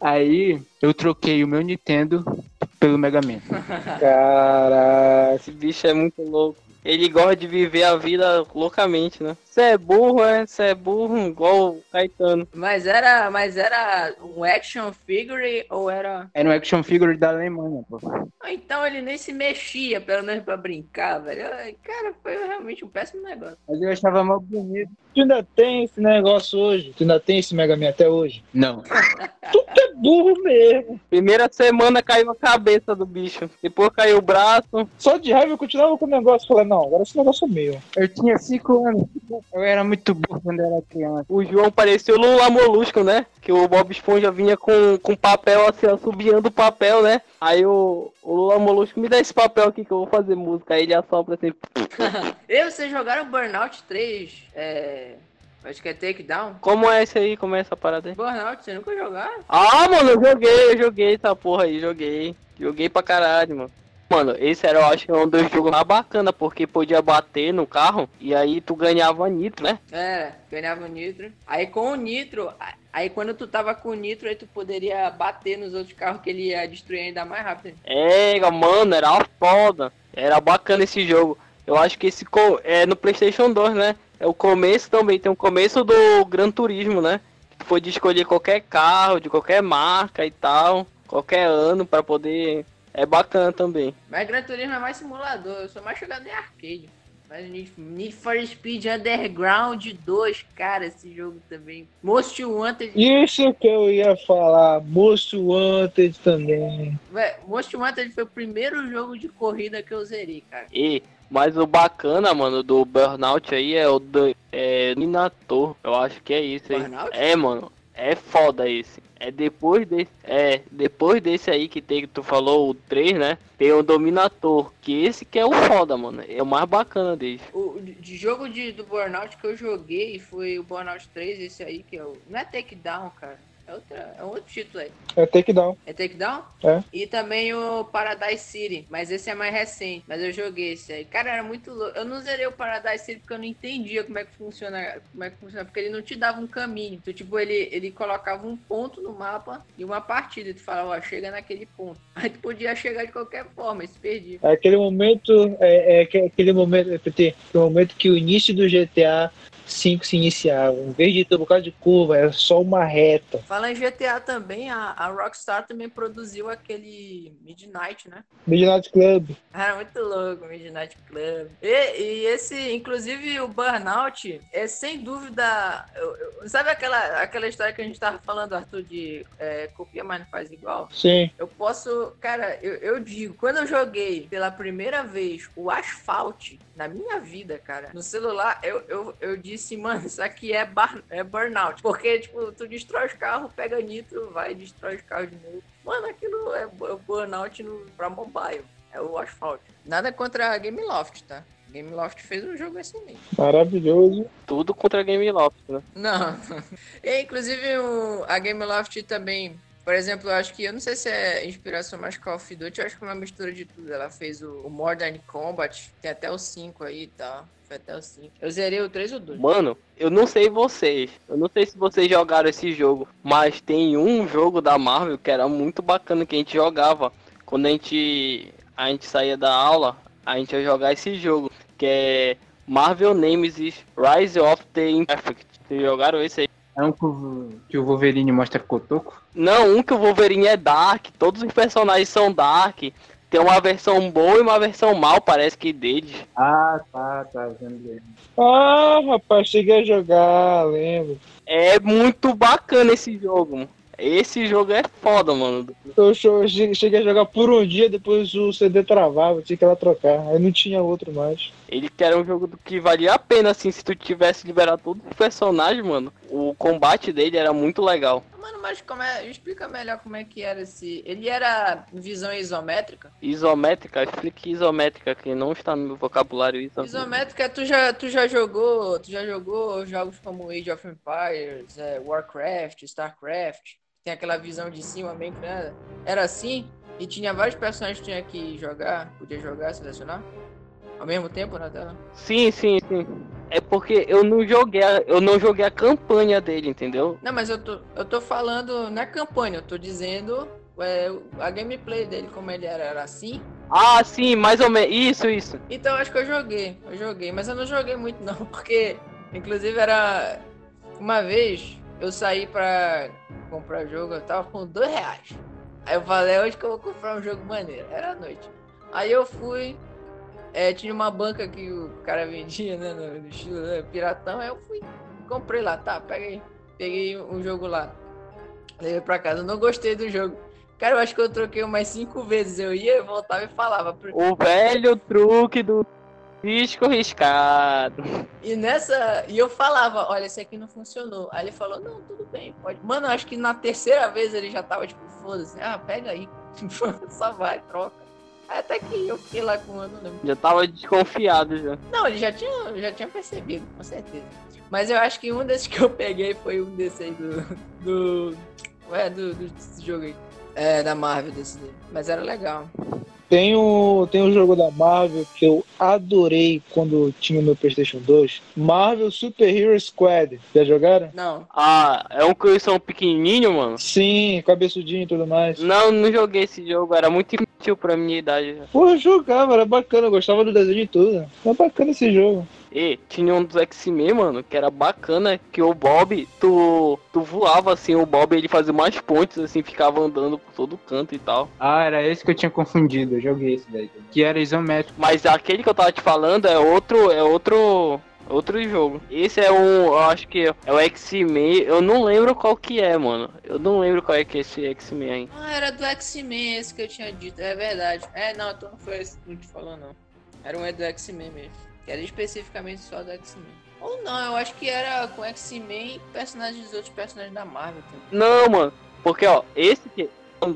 [SPEAKER 2] Aí eu troquei o meu Nintendo pelo Mega Man.
[SPEAKER 4] Caraca.
[SPEAKER 3] Esse bicho é muito louco. Ele gosta de viver a vida loucamente, né? Você é burro, é? Você é burro, igual o Caetano.
[SPEAKER 1] Mas era, mas era um action figure ou era.
[SPEAKER 2] Era um action figure da Alemanha, pô.
[SPEAKER 1] Ou Então ele nem se mexia, pelo menos pra brincar, velho. Ai, Cara, foi realmente um péssimo negócio.
[SPEAKER 2] Mas eu achava mó bonito.
[SPEAKER 4] Tu ainda tem esse negócio hoje? Tu ainda tem esse Mega Man até hoje?
[SPEAKER 2] Não.
[SPEAKER 4] Tu é burro mesmo.
[SPEAKER 3] Primeira semana caiu a cabeça do bicho. Depois caiu o braço.
[SPEAKER 4] Só de raiva eu continuava com o negócio. Falei, não, agora esse negócio é meu.
[SPEAKER 2] Eu tinha 5 anos. Eu era muito burro quando era criança.
[SPEAKER 3] O João parecia o Lula Molusco, né? Que o Bob Esponja vinha com, com papel assim, assobiando o papel, né? Aí o, o Lula Molusco, me dá esse papel aqui que eu vou fazer música. Aí ele assopra assim.
[SPEAKER 1] E vocês jogaram Burnout 3? É. Acho que é Takedown?
[SPEAKER 3] Como é esse aí? Como é essa parada aí?
[SPEAKER 1] Burnout, você nunca jogaram?
[SPEAKER 3] Ah, mano, eu joguei, eu joguei essa porra aí, joguei. Joguei pra caralho, mano. Mano, esse era, eu acho, um dos jogos mais bacana, porque podia bater no carro e aí tu ganhava nitro, né?
[SPEAKER 1] É, ganhava o Nitro. Aí com o Nitro, a- aí quando tu tava com o Nitro, aí tu poderia bater nos outros carros que ele ia destruir ainda mais rápido.
[SPEAKER 3] É, mano, era uma foda. Era bacana esse jogo. Eu acho que esse co- é no PlayStation 2, né? É o começo também, tem o começo do Gran Turismo, né? Que foi de escolher qualquer carro, de qualquer marca e tal, qualquer ano pra poder. É bacana também.
[SPEAKER 1] Mas Gran Turismo é mais simulador, eu sou mais jogado em arcade. Mas Need, Need for Speed Underground 2, cara, esse jogo também. Most Wanted,
[SPEAKER 4] Isso que eu ia falar, Moço Wanted também.
[SPEAKER 1] Vé, Most Wanted foi o primeiro jogo de corrida que eu zerei, cara.
[SPEAKER 3] E, mas o bacana, mano, do Burnout aí é o do, é, Minator. Eu acho que é isso aí.
[SPEAKER 1] Burnout?
[SPEAKER 3] É, mano, é foda esse. É depois desse, é, depois desse aí que tem que tu falou, o 3, né? Tem o Dominator, que esse que é o foda, mano. É o mais bacana deles.
[SPEAKER 1] O o de- de jogo de, do Burnout que eu joguei foi o Burnout 3, esse aí, que é o. Não é Takedown, cara. É, outra, é um outro título aí.
[SPEAKER 4] É takedown.
[SPEAKER 1] É Takedown?
[SPEAKER 4] É.
[SPEAKER 1] E também o Paradise City, mas esse é mais recente. Mas eu joguei esse aí. Cara, era muito louco. Eu não zerei o Paradise City porque eu não entendia como é que funciona. Como é que funciona. Porque ele não te dava um caminho. Tu, tipo, ele, ele colocava um ponto no mapa e uma partida. E tu falava, ó, chega naquele ponto. Aí tu podia chegar de qualquer forma, e se perdia.
[SPEAKER 4] É aquele momento, é, é aque- aquele momento, é, PT, aquele momento que o início do GTA V se iniciava. Em vez de ter um bocado de curva, era só uma reta.
[SPEAKER 1] Falar em GTA também, a, a Rockstar também produziu aquele Midnight, né?
[SPEAKER 4] Midnight Club.
[SPEAKER 1] Cara, muito louco, Midnight Club. E, e esse, inclusive, o Burnout é sem dúvida. eu- eu- sabe aquela, aquela história que a gente tava falando, Arthur, de é, copia, mas não faz igual?
[SPEAKER 4] Sim.
[SPEAKER 1] Eu posso. Cara, eu, eu digo, quando eu joguei pela primeira vez o Asphalt na minha vida, cara, no celular, eu, eu, eu disse, mano, isso aqui é, bar- é burnout. Porque, tipo, tu destrói os carros, pega nitro, vai, destrói os carros de novo. Mano, aquilo é bu- burnout no, pra mobile. É o Asphalt. Nada contra a Gameloft, tá? Gameloft fez um jogo excelente.
[SPEAKER 4] Maravilhoso.
[SPEAKER 3] Tudo contra a Game Loft, né?
[SPEAKER 1] Não. E, inclusive, o, a Gameloft também. Por exemplo, eu acho que, eu não sei se é inspiração mais Call of Duty, eu acho que é uma mistura de tudo. Ela fez o, o Modern Combat, tem até o 5 aí e tal. Foi até o 5. Eu zerei o 3 ou 2.
[SPEAKER 3] Mano, eu não sei vocês. Eu não sei se vocês jogaram esse jogo. Mas tem um jogo da Marvel que era muito bacana que a gente jogava. Quando a gente, a gente saía da aula, a gente ia jogar esse jogo. Que é Marvel Nemesis Rise of the Imperfect. Vocês jogaram esse aí?
[SPEAKER 2] É um que o- que o Wolverine mostra cotoco.
[SPEAKER 3] Não, um que o Wolverine é Dark. Todos os personagens são Dark. Tem uma versão boa e uma versão mal, parece que deles.
[SPEAKER 2] Ah, tá, tá. lembrei.
[SPEAKER 4] Ah, rapaz, cheguei a jogar, lembro.
[SPEAKER 3] É muito bacana esse jogo. Esse jogo é foda, mano.
[SPEAKER 4] Então, Eu cho- cheguei a jogar por um dia, depois o CD travava, tinha que ir lá trocar. Aí não tinha outro mais.
[SPEAKER 3] Ele que era um jogo do que valia a pena, assim, se tu tivesse liberado todos os personagens, mano. O combate dele era muito legal.
[SPEAKER 1] Mano, mas como é, explica melhor como é que era esse... Ele era em visão isométrica?
[SPEAKER 3] Isométrica, explique isométrica, que não está no meu vocabulário isométrica.
[SPEAKER 1] Isométrica, é tu já, tu já jogou, tu já jogou jogos como Age of Empires, é, Warcraft, Starcraft, tem aquela visão de cima bem grande. Era assim e tinha vários personagens que tinha que jogar, podia jogar, selecionar ao mesmo tempo na tela.
[SPEAKER 3] Sim, sim, sim. É porque eu não joguei, a, eu não joguei a campanha dele, entendeu?
[SPEAKER 1] Não, mas eu tô, eu tô falando na campanha, eu tô dizendo é, a gameplay dele como ele era, era assim.
[SPEAKER 3] Ah, sim, mais ou menos. Isso, isso.
[SPEAKER 1] Então acho que eu joguei, eu joguei, mas eu não joguei muito não, porque inclusive era uma vez eu saí pra comprar jogo, eu tava com dois reais. Aí eu falei, hoje que eu vou comprar um jogo maneiro, era à noite. Aí eu fui, é, tinha uma banca que o cara vendia, né, no, no estilo né, piratão, aí eu fui, comprei lá, tá, peguei, peguei um jogo lá, levei pra casa, eu não gostei do jogo. Cara, eu acho que eu troquei umas cinco vezes, eu ia, voltava e falava.
[SPEAKER 3] O velho truque do risco riscado.
[SPEAKER 1] E nessa. E eu falava, olha, esse aqui não funcionou. Aí ele falou, não, tudo bem, pode. Mano, eu acho que na terceira vez ele já tava tipo, foda-se, ah, pega aí. Só vai, troca. Aí Até que eu fiquei lá com o ano, não lembro.
[SPEAKER 3] Já tava desconfiado já.
[SPEAKER 1] Não, ele já tinha, já tinha percebido, com certeza. Mas eu acho que um desses que eu peguei foi um desse aí do. do. Ué, do, do desse jogo aí. É, da Marvel desse daí. Mas era legal.
[SPEAKER 4] Tem um, tem um jogo da Marvel que eu adorei quando eu tinha o meu PlayStation 2. Marvel Super Hero Squad. Já jogaram?
[SPEAKER 1] Não.
[SPEAKER 3] Ah, é um que são pequenininho, mano.
[SPEAKER 4] Sim, cabeçudinho e tudo mais.
[SPEAKER 3] Não, não joguei esse jogo, era muito infantil pra minha idade. já.
[SPEAKER 4] Porra, eu jogava, era bacana, eu gostava do desenho de tudo. Era bacana esse jogo.
[SPEAKER 3] E tinha um dos X-Men, mano, que era bacana, que o Bob, tu, tu voava assim, o Bob ele fazia mais pontes, assim, ficava andando por todo canto e tal.
[SPEAKER 2] Ah, era esse que eu tinha confundido, eu joguei esse daí. também. Que era isométrico.
[SPEAKER 3] Mas aquele que eu tava te falando é outro, é outro, outro jogo. Esse é um, eu acho que é o X-Men, eu não lembro qual que é, mano. Eu não lembro qual é que é esse X-Men aí.
[SPEAKER 1] Ah, era do X-Men esse que eu tinha dito, é verdade. É, não, então não foi esse que tu falou, não. Era um é do X-Men mesmo. Que era especificamente só do X-Men. Ou não, eu acho que era com X-Men e personagens dos outros personagens da Marvel um- também.
[SPEAKER 3] Não, mano, porque ó, esse que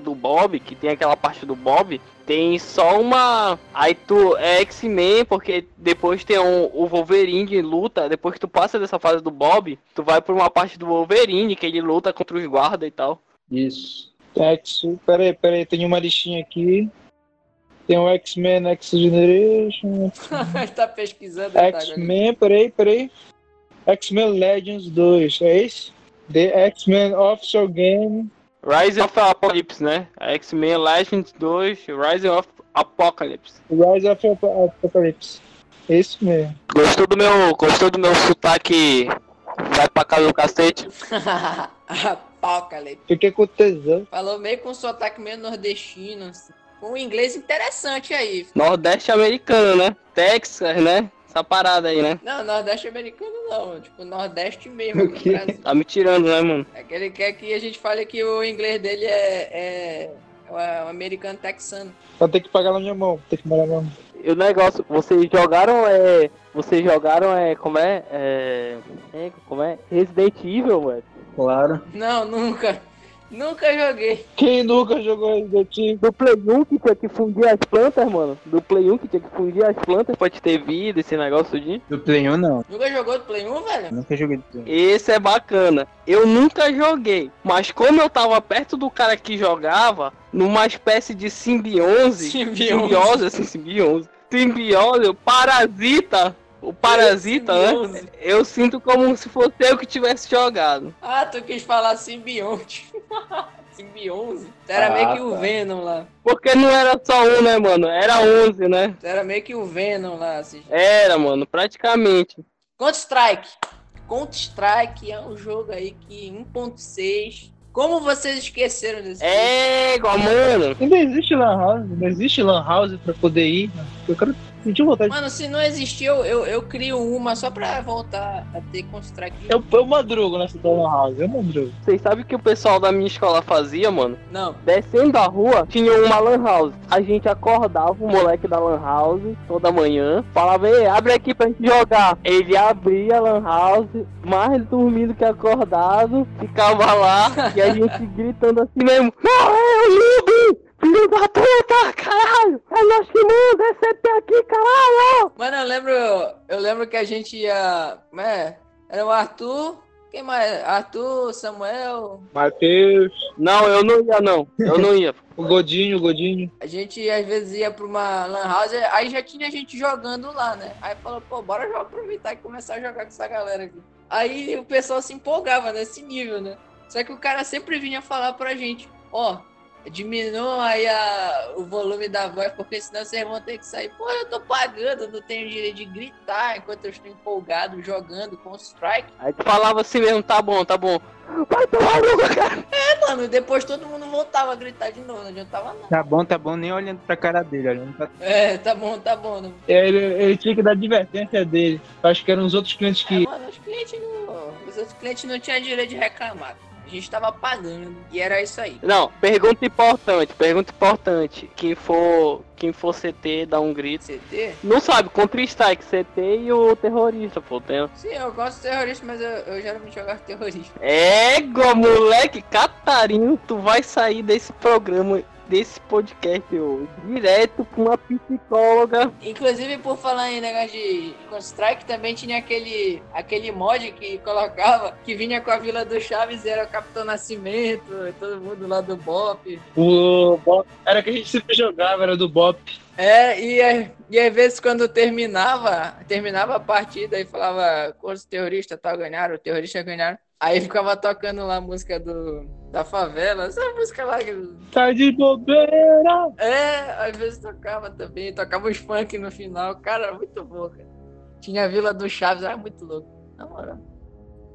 [SPEAKER 3] do Bob, que tem aquela parte do Bob, tem só uma. Aí tu é X-Men, porque depois tem um, o Wolverine que luta. Depois que tu passa dessa fase do Bob, tu vai pra uma parte do Wolverine, que ele luta contra os guardas e tal.
[SPEAKER 2] Isso.
[SPEAKER 4] X, peraí, peraí, tem uma listinha aqui. Tem o X-Men X Generation.
[SPEAKER 1] tá pesquisando. tá, agora.
[SPEAKER 4] X-Men, peraí, peraí. X-Men Legends 2, é esse? The X-Men Official Game.
[SPEAKER 3] Rise of Apocalypse, né? X-Men Legends 2, Rise of Apocalypse.
[SPEAKER 4] Rise of Ap- Apocalypse. Esse mesmo.
[SPEAKER 3] Gostou do meu. Gostou do meu sotaque? Vai pra casa do cacete?
[SPEAKER 1] Apocalipse.
[SPEAKER 4] Fiquei com tesão.
[SPEAKER 1] Falou meio com sotaque meio nordestino, assim. Com um inglês interessante aí.
[SPEAKER 3] Nordeste americano, né? Texas, né? Essa parada aí, né?
[SPEAKER 1] Não, Nordeste americano não. Tipo, Nordeste mesmo.
[SPEAKER 2] O quê?
[SPEAKER 1] do Brasil.
[SPEAKER 3] Tá me tirando, né, mano?
[SPEAKER 1] É que ele quer que a gente fale que o inglês dele é, é, é o americano texano.
[SPEAKER 4] Vai ter Então que pagar na minha mão. Tem que pagar na minha mão.
[SPEAKER 3] E o negócio, vocês jogaram é. Vocês jogaram é. Como é? É. é, como é? Resident Evil, velho.
[SPEAKER 2] Claro.
[SPEAKER 1] Não, nunca. Nunca joguei.
[SPEAKER 4] Quem nunca jogou Resident Evil?
[SPEAKER 3] Do Play 1 que tinha que fundir as plantas, mano. Do Play 1 que tinha que fundir as plantas pra te ter vida, esse negócio de.
[SPEAKER 2] Do Play 1 não.
[SPEAKER 1] Nunca jogou do Play 1, velho?
[SPEAKER 2] Nunca joguei do Play 1.
[SPEAKER 3] Esse é bacana. Eu nunca joguei, mas como eu tava perto do cara que jogava, numa espécie de simbiose,
[SPEAKER 1] Simbiose.
[SPEAKER 3] simbiose, assim, simbiose, simbiose, o parasita, o parasita,
[SPEAKER 1] Simbiose.
[SPEAKER 3] né? Eu sinto como se fosse eu que tivesse jogado.
[SPEAKER 1] Ah, tu quis falar simbionte. simbionte? Tu era
[SPEAKER 2] Ah,
[SPEAKER 1] meio que o
[SPEAKER 2] tá.
[SPEAKER 1] Venom lá.
[SPEAKER 3] Porque não era só um, né, mano? Era 11, né?
[SPEAKER 1] Tu era meio que o Venom lá. Assim.
[SPEAKER 3] Era, mano, praticamente.
[SPEAKER 1] Counter-Strike. Counter-Strike é um jogo aí que 1.6. Como vocês esqueceram desse jogo?
[SPEAKER 3] É, igual, mano.
[SPEAKER 4] Ainda existe Lan House? Não existe Lan House pra poder ir? Eu quero sentir vontade.
[SPEAKER 1] Mano, se não existir, eu, eu, eu crio uma só pra voltar a ter Counter-Strike.
[SPEAKER 4] Eu, eu madrugo nessa da Lan House, eu madrugo.
[SPEAKER 3] Vocês sabem o que o pessoal da minha escola fazia, mano?
[SPEAKER 1] Não.
[SPEAKER 3] Descendo a rua, tinha uma lan house. A gente acordava o moleque da lan house toda manhã, falava, Ei, abre aqui pra gente jogar. Ele abria a lan house, mais dormindo que acordado, ficava lá e a gente gritando assim mesmo, não, é o Libre! Filho da puta, caralho! É nós que manda, é CP aqui, caralho!
[SPEAKER 1] Mano, eu lembro, eu lembro que a gente ia. Como é? Era o Arthur. Quem mais? Arthur, Samuel.
[SPEAKER 4] Matheus.
[SPEAKER 3] Não, eu não ia, não. Eu não ia.
[SPEAKER 4] O Godinho, o Godinho.
[SPEAKER 1] A gente às vezes ia pra uma Lan House, aí já tinha gente jogando lá, né? Aí falou, pô, bora já aproveitar e começar a jogar com essa galera aqui. Aí o pessoal se empolgava nesse nível, né? Só que o cara sempre vinha falar pra gente, ó, diminua aí a- o volume da voz, porque senão vocês vão ter que sair. Pô, eu tô pagando, eu não tenho direito de gritar enquanto eu estou empolgado jogando com o strike.
[SPEAKER 3] Aí tu falava assim mesmo, tá bom, tá bom. Vai tomar no cu, cara!
[SPEAKER 1] Mano, depois todo mundo voltava a gritar de novo, não adiantava nada.
[SPEAKER 2] Tá bom, tá bom, nem olhando pra cara dele, olhando pra
[SPEAKER 1] É, tá bom, tá bom. Não...
[SPEAKER 4] Ele, ele tinha que dar advertência dele. Acho que eram os outros clientes
[SPEAKER 1] É,
[SPEAKER 4] que.
[SPEAKER 1] mano, os clientes não. Os outros clientes não tinham direito de reclamar. A gente tava pagando. E era isso aí.
[SPEAKER 3] Não, pergunta importante, pergunta importante. Quem for, quem for CT, dá um grito.
[SPEAKER 1] CT?
[SPEAKER 3] Não sabe, contra o Strike, CT e o terrorista, pô. Tem...
[SPEAKER 1] Sim, eu gosto de terrorista, mas eu, eu geralmente jogava terrorista.
[SPEAKER 3] Égua, moleque, Catarino, tu vai sair desse programa, desse podcast, ô, direto com uma psicóloga.
[SPEAKER 1] Inclusive, por falar em negócio de Counter-Strike, também tinha aquele, aquele mod que colocava que vinha com a Vila do Chaves e era o Capitão Nascimento, e todo mundo lá do Bop.
[SPEAKER 4] O Bop. Era que a gente sempre jogava, era do Bop.
[SPEAKER 1] É, e, a- e às vezes quando terminava, terminava a partida e falava quantos terroristas tal ganharam, o terrorista ganharam. Aí ficava tocando lá a música do, da favela, essa música lá. que-
[SPEAKER 4] Tá de bobeira!
[SPEAKER 1] É, às vezes tocava também, tocava os funk no final. Cara, era muito bom, cara. Tinha a Vila do Chaves, era muito louco. Na moral.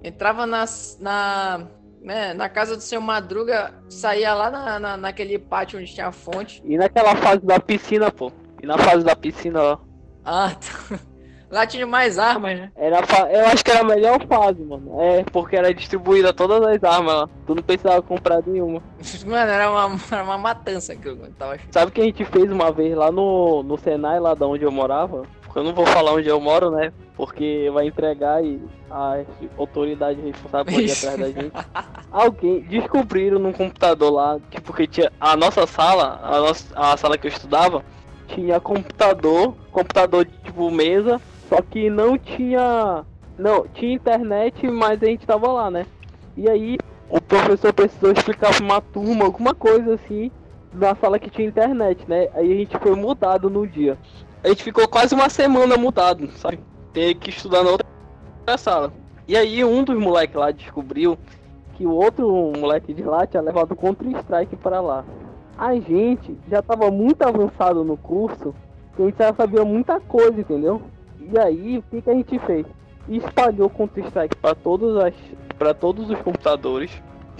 [SPEAKER 1] Entrava nas, na, né, na casa do seu Madruga, saía lá na, na- naquele pátio onde tinha a fonte.
[SPEAKER 3] E naquela fase da piscina, pô. E na fase da piscina, ó.
[SPEAKER 1] Ah, tá. Lá tinha mais armas, né?
[SPEAKER 3] Era a fa- Eu acho que era a melhor fase, mano. É, porque era distribuída todas as armas lá. Tu não precisava comprar nenhuma.
[SPEAKER 1] Mano, era uma, era uma matança que eu tava achando.
[SPEAKER 3] Sabe o que a gente fez uma vez lá no, no Senai, lá da onde eu morava? Porque eu não vou falar onde eu moro, né? Porque vai entregar e a autoridade responsável pode ir
[SPEAKER 1] Ixi.
[SPEAKER 3] atrás da gente. Alguém descobriram num computador lá, tipo, que tinha a nossa sala, a, nossa, a sala que eu estudava, tinha computador, computador de tipo mesa, só que não tinha. Não, tinha internet, mas a gente tava lá, né? E aí o professor precisou explicar pra uma turma alguma coisa assim na sala que tinha internet, né? Aí a gente foi mudado no dia. A gente ficou quase uma semana mudado, sabe? Ter que estudar na outra sala. E aí um dos moleques lá descobriu que o outro moleque de lá tinha levado o Counter-Strike pra lá. A gente já tava muito avançado no curso, que a gente já sabia muita coisa, entendeu? E aí, o que, que a gente fez? Espalhou Counter-Strike pra todas as para todos os computadores,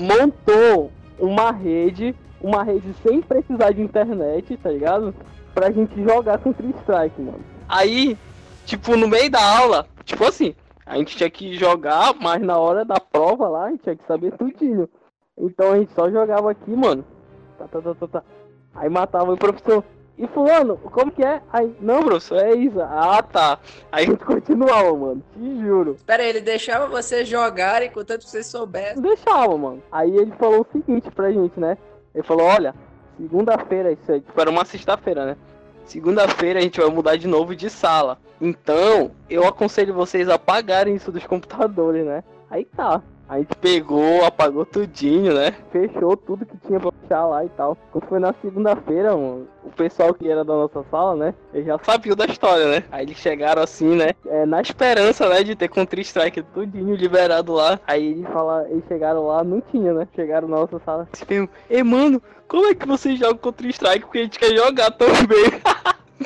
[SPEAKER 3] montou uma rede, uma rede sem precisar de internet, tá ligado? Pra gente jogar Counter-Strike, mano. Aí, tipo, no meio da aula, tipo assim, a gente tinha que jogar, mas na hora da prova lá, a gente tinha que saber tudinho. Então a gente só jogava aqui, mano. Tá, tá, tá, tá, tá. Aí matava o professor. E fulano, como que é? Aí, não, professor, é isso. Ah, tá. Aí a gente continuava, mano. Te juro.
[SPEAKER 1] Pera aí, ele deixava vocês jogarem contanto que vocês soubessem.
[SPEAKER 3] Deixava, mano. Aí ele falou o seguinte pra gente, né? Ele falou, olha, segunda-feira isso aí. Tipo, era uma sexta-feira, né? Segunda-feira a gente vai mudar de novo de sala. Então, eu aconselho vocês a apagarem isso dos computadores, né? Aí tá. A gente pegou, apagou tudinho, né? Fechou tudo que tinha pra fechar lá e tal. Quando foi na segunda-feira, mano, o pessoal que era da nossa sala, né? Ele já sabia da história, né? Aí eles chegaram assim, né? É, na esperança, né, de ter Counter-Strike tudinho liberado lá. Aí eles, fala, eles chegaram lá, não tinha, né? Chegaram na nossa sala. Se perguntam, ei, mano, como é que vocês jogam Counter-Strike? Porque a gente quer jogar também.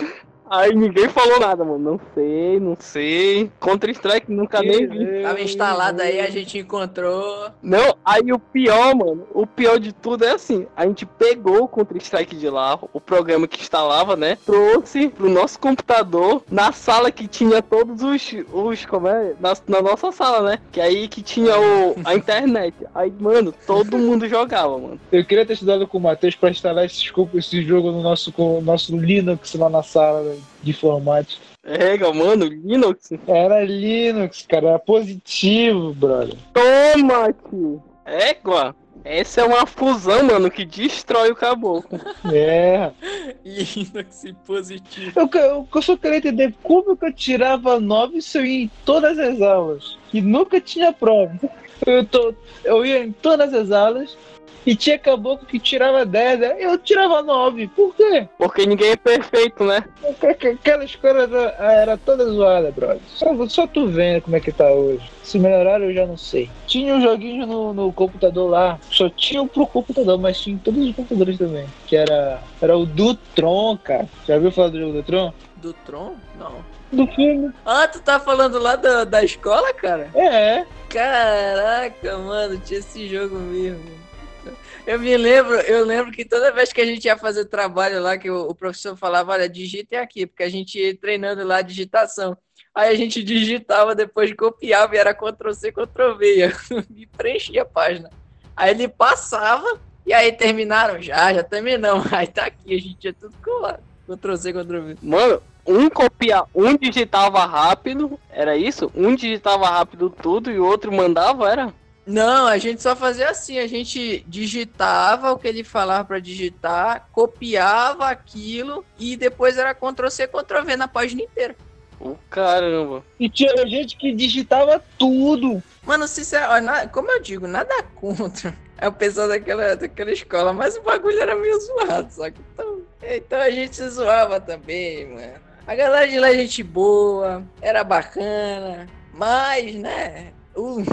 [SPEAKER 3] Aí ninguém falou nada, mano. Não sei, não sei. Counter-Strike nunca nem vi.
[SPEAKER 1] Tá Tava instalado aí, a gente encontrou.
[SPEAKER 3] Não, aí o pior, mano, o pior de tudo é assim, a gente pegou o Counter-Strike de lá, o programa que instalava, né? Trouxe pro nosso computador na sala que tinha todos os. os como é? Na, na nossa sala, né? Que aí que tinha o, a internet. Aí, mano, todo mundo jogava, mano.
[SPEAKER 4] Eu queria ter estudado com o Matheus pra instalar esse, desculpa, esse jogo no nosso, co- nosso Linux lá na sala de informática.
[SPEAKER 3] É, mano, Linux.
[SPEAKER 4] Era Linux, cara, era positivo, brother.
[SPEAKER 3] Toma, tio. Égua. Essa é uma fusão, mano, que destrói o caboclo.
[SPEAKER 4] É.
[SPEAKER 1] Linux positivo.
[SPEAKER 4] Eu, que- eu, eu só queria entender como que eu tirava nove se eu ia em todas as aulas. E nunca tinha prova. Eu, tô, eu ia em todas as aulas e tinha caboclo que tirava 10, né? eu tirava 9. Por quê?
[SPEAKER 3] Porque ninguém é perfeito, né?
[SPEAKER 4] Porque Aquela escola era, era toda zoada, brother. Só, só tu vendo como é que tá hoje. Se melhoraram, eu já não sei. Tinha um joguinho no, no computador lá. Só tinha um pro computador, mas tinha em todos os computadores também. Que era, era o do Tron, cara. Já viu falar do jogo do Tron?
[SPEAKER 1] Do Tron? Não.
[SPEAKER 4] Do filme.
[SPEAKER 1] Ah, tu tá falando lá da, da escola, cara?
[SPEAKER 4] É.
[SPEAKER 1] Caraca, mano, tinha esse jogo mesmo. Eu me lembro, eu lembro que toda vez que a gente ia fazer trabalho lá, que o, o professor falava, olha, digitem aqui, porque a gente ia treinando lá a digitação. Aí a gente digitava, depois copiava e era Ctrl C, Ctrl V, e preenchia a página. Aí ele passava, e aí terminaram já, já terminamos. Aí tá aqui, a gente ia tudo colado. Ctrl C, Ctrl V.
[SPEAKER 3] Mano, um copia, um digitava rápido, era isso? Um digitava rápido tudo e o outro mandava, era?
[SPEAKER 1] Não, a gente só fazia assim, a gente digitava o que ele falava pra digitar, copiava aquilo e depois era Ctrl C, Ctrl V na página inteira.
[SPEAKER 3] O caramba.
[SPEAKER 4] E tinha gente que digitava tudo.
[SPEAKER 1] Mano, sincero, ó, na- como eu digo, nada contra. É o pessoal daquela, daquela escola, mas o bagulho era meio zoado, saca? Então, então a gente se zoava também, mano. A galera de lá é gente boa, era bacana, mas, né, o-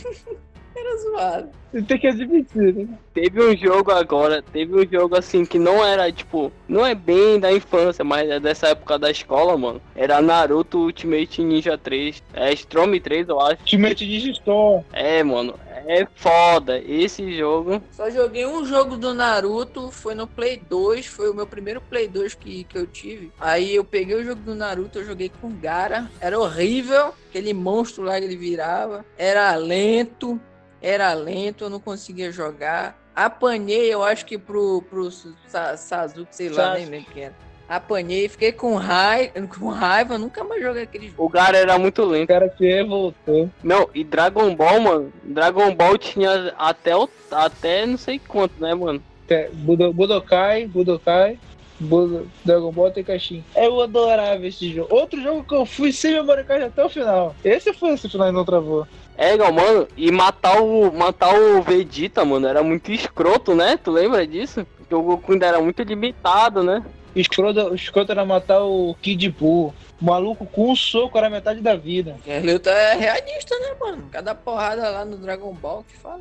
[SPEAKER 1] Era zoado.
[SPEAKER 4] Tem que admitir, né?
[SPEAKER 3] Teve um jogo agora, teve um jogo assim que não era, tipo, não é bem da infância, mas é dessa época da escola, mano. Era Naruto Ultimate Ninja 3. É Storm 3, eu acho.
[SPEAKER 4] Ultimate Ninja Storm.
[SPEAKER 3] É, mano. É foda. Esse jogo.
[SPEAKER 1] Só joguei um jogo do Naruto, foi no Play 2, foi o meu primeiro Play 2 que, que eu tive. Aí eu peguei o jogo do Naruto, eu joguei com o Gara. Era horrível, aquele monstro lá que ele virava. Era lento, era lento, eu não conseguia jogar. Apanhei, eu acho que pro, pro Sa- Sasuke, sei lá,
[SPEAKER 4] Sasuke.
[SPEAKER 1] nem lembro quem era. Apanhei, fiquei com raiva, com raiva, nunca mais joguei aquele jogo.
[SPEAKER 3] O cara era muito lento.
[SPEAKER 4] O um cara que é, revoltou.
[SPEAKER 3] Não, e Dragon Ball, mano. Dragon Ball tinha até o, até não sei quanto, né, mano?
[SPEAKER 4] Te- É, Budo- Budokai, Budokai. Budo- Dragon Ball Tenkaichi. Eu adorava esse jogo. Outro jogo que eu fui sem memory card até o final. Esse foi esse final e não travou.
[SPEAKER 3] É, igual, mano, e matar o matar o Vegeta, mano, era muito escroto, né? Tu lembra disso? Porque o Goku ainda era muito limitado, né?
[SPEAKER 4] Escroto, escroto era matar o Kid Buu. O maluco com um soco era metade da vida.
[SPEAKER 1] Porque luta é realista, né, mano? Cada porrada lá no Dragon Ball que fala.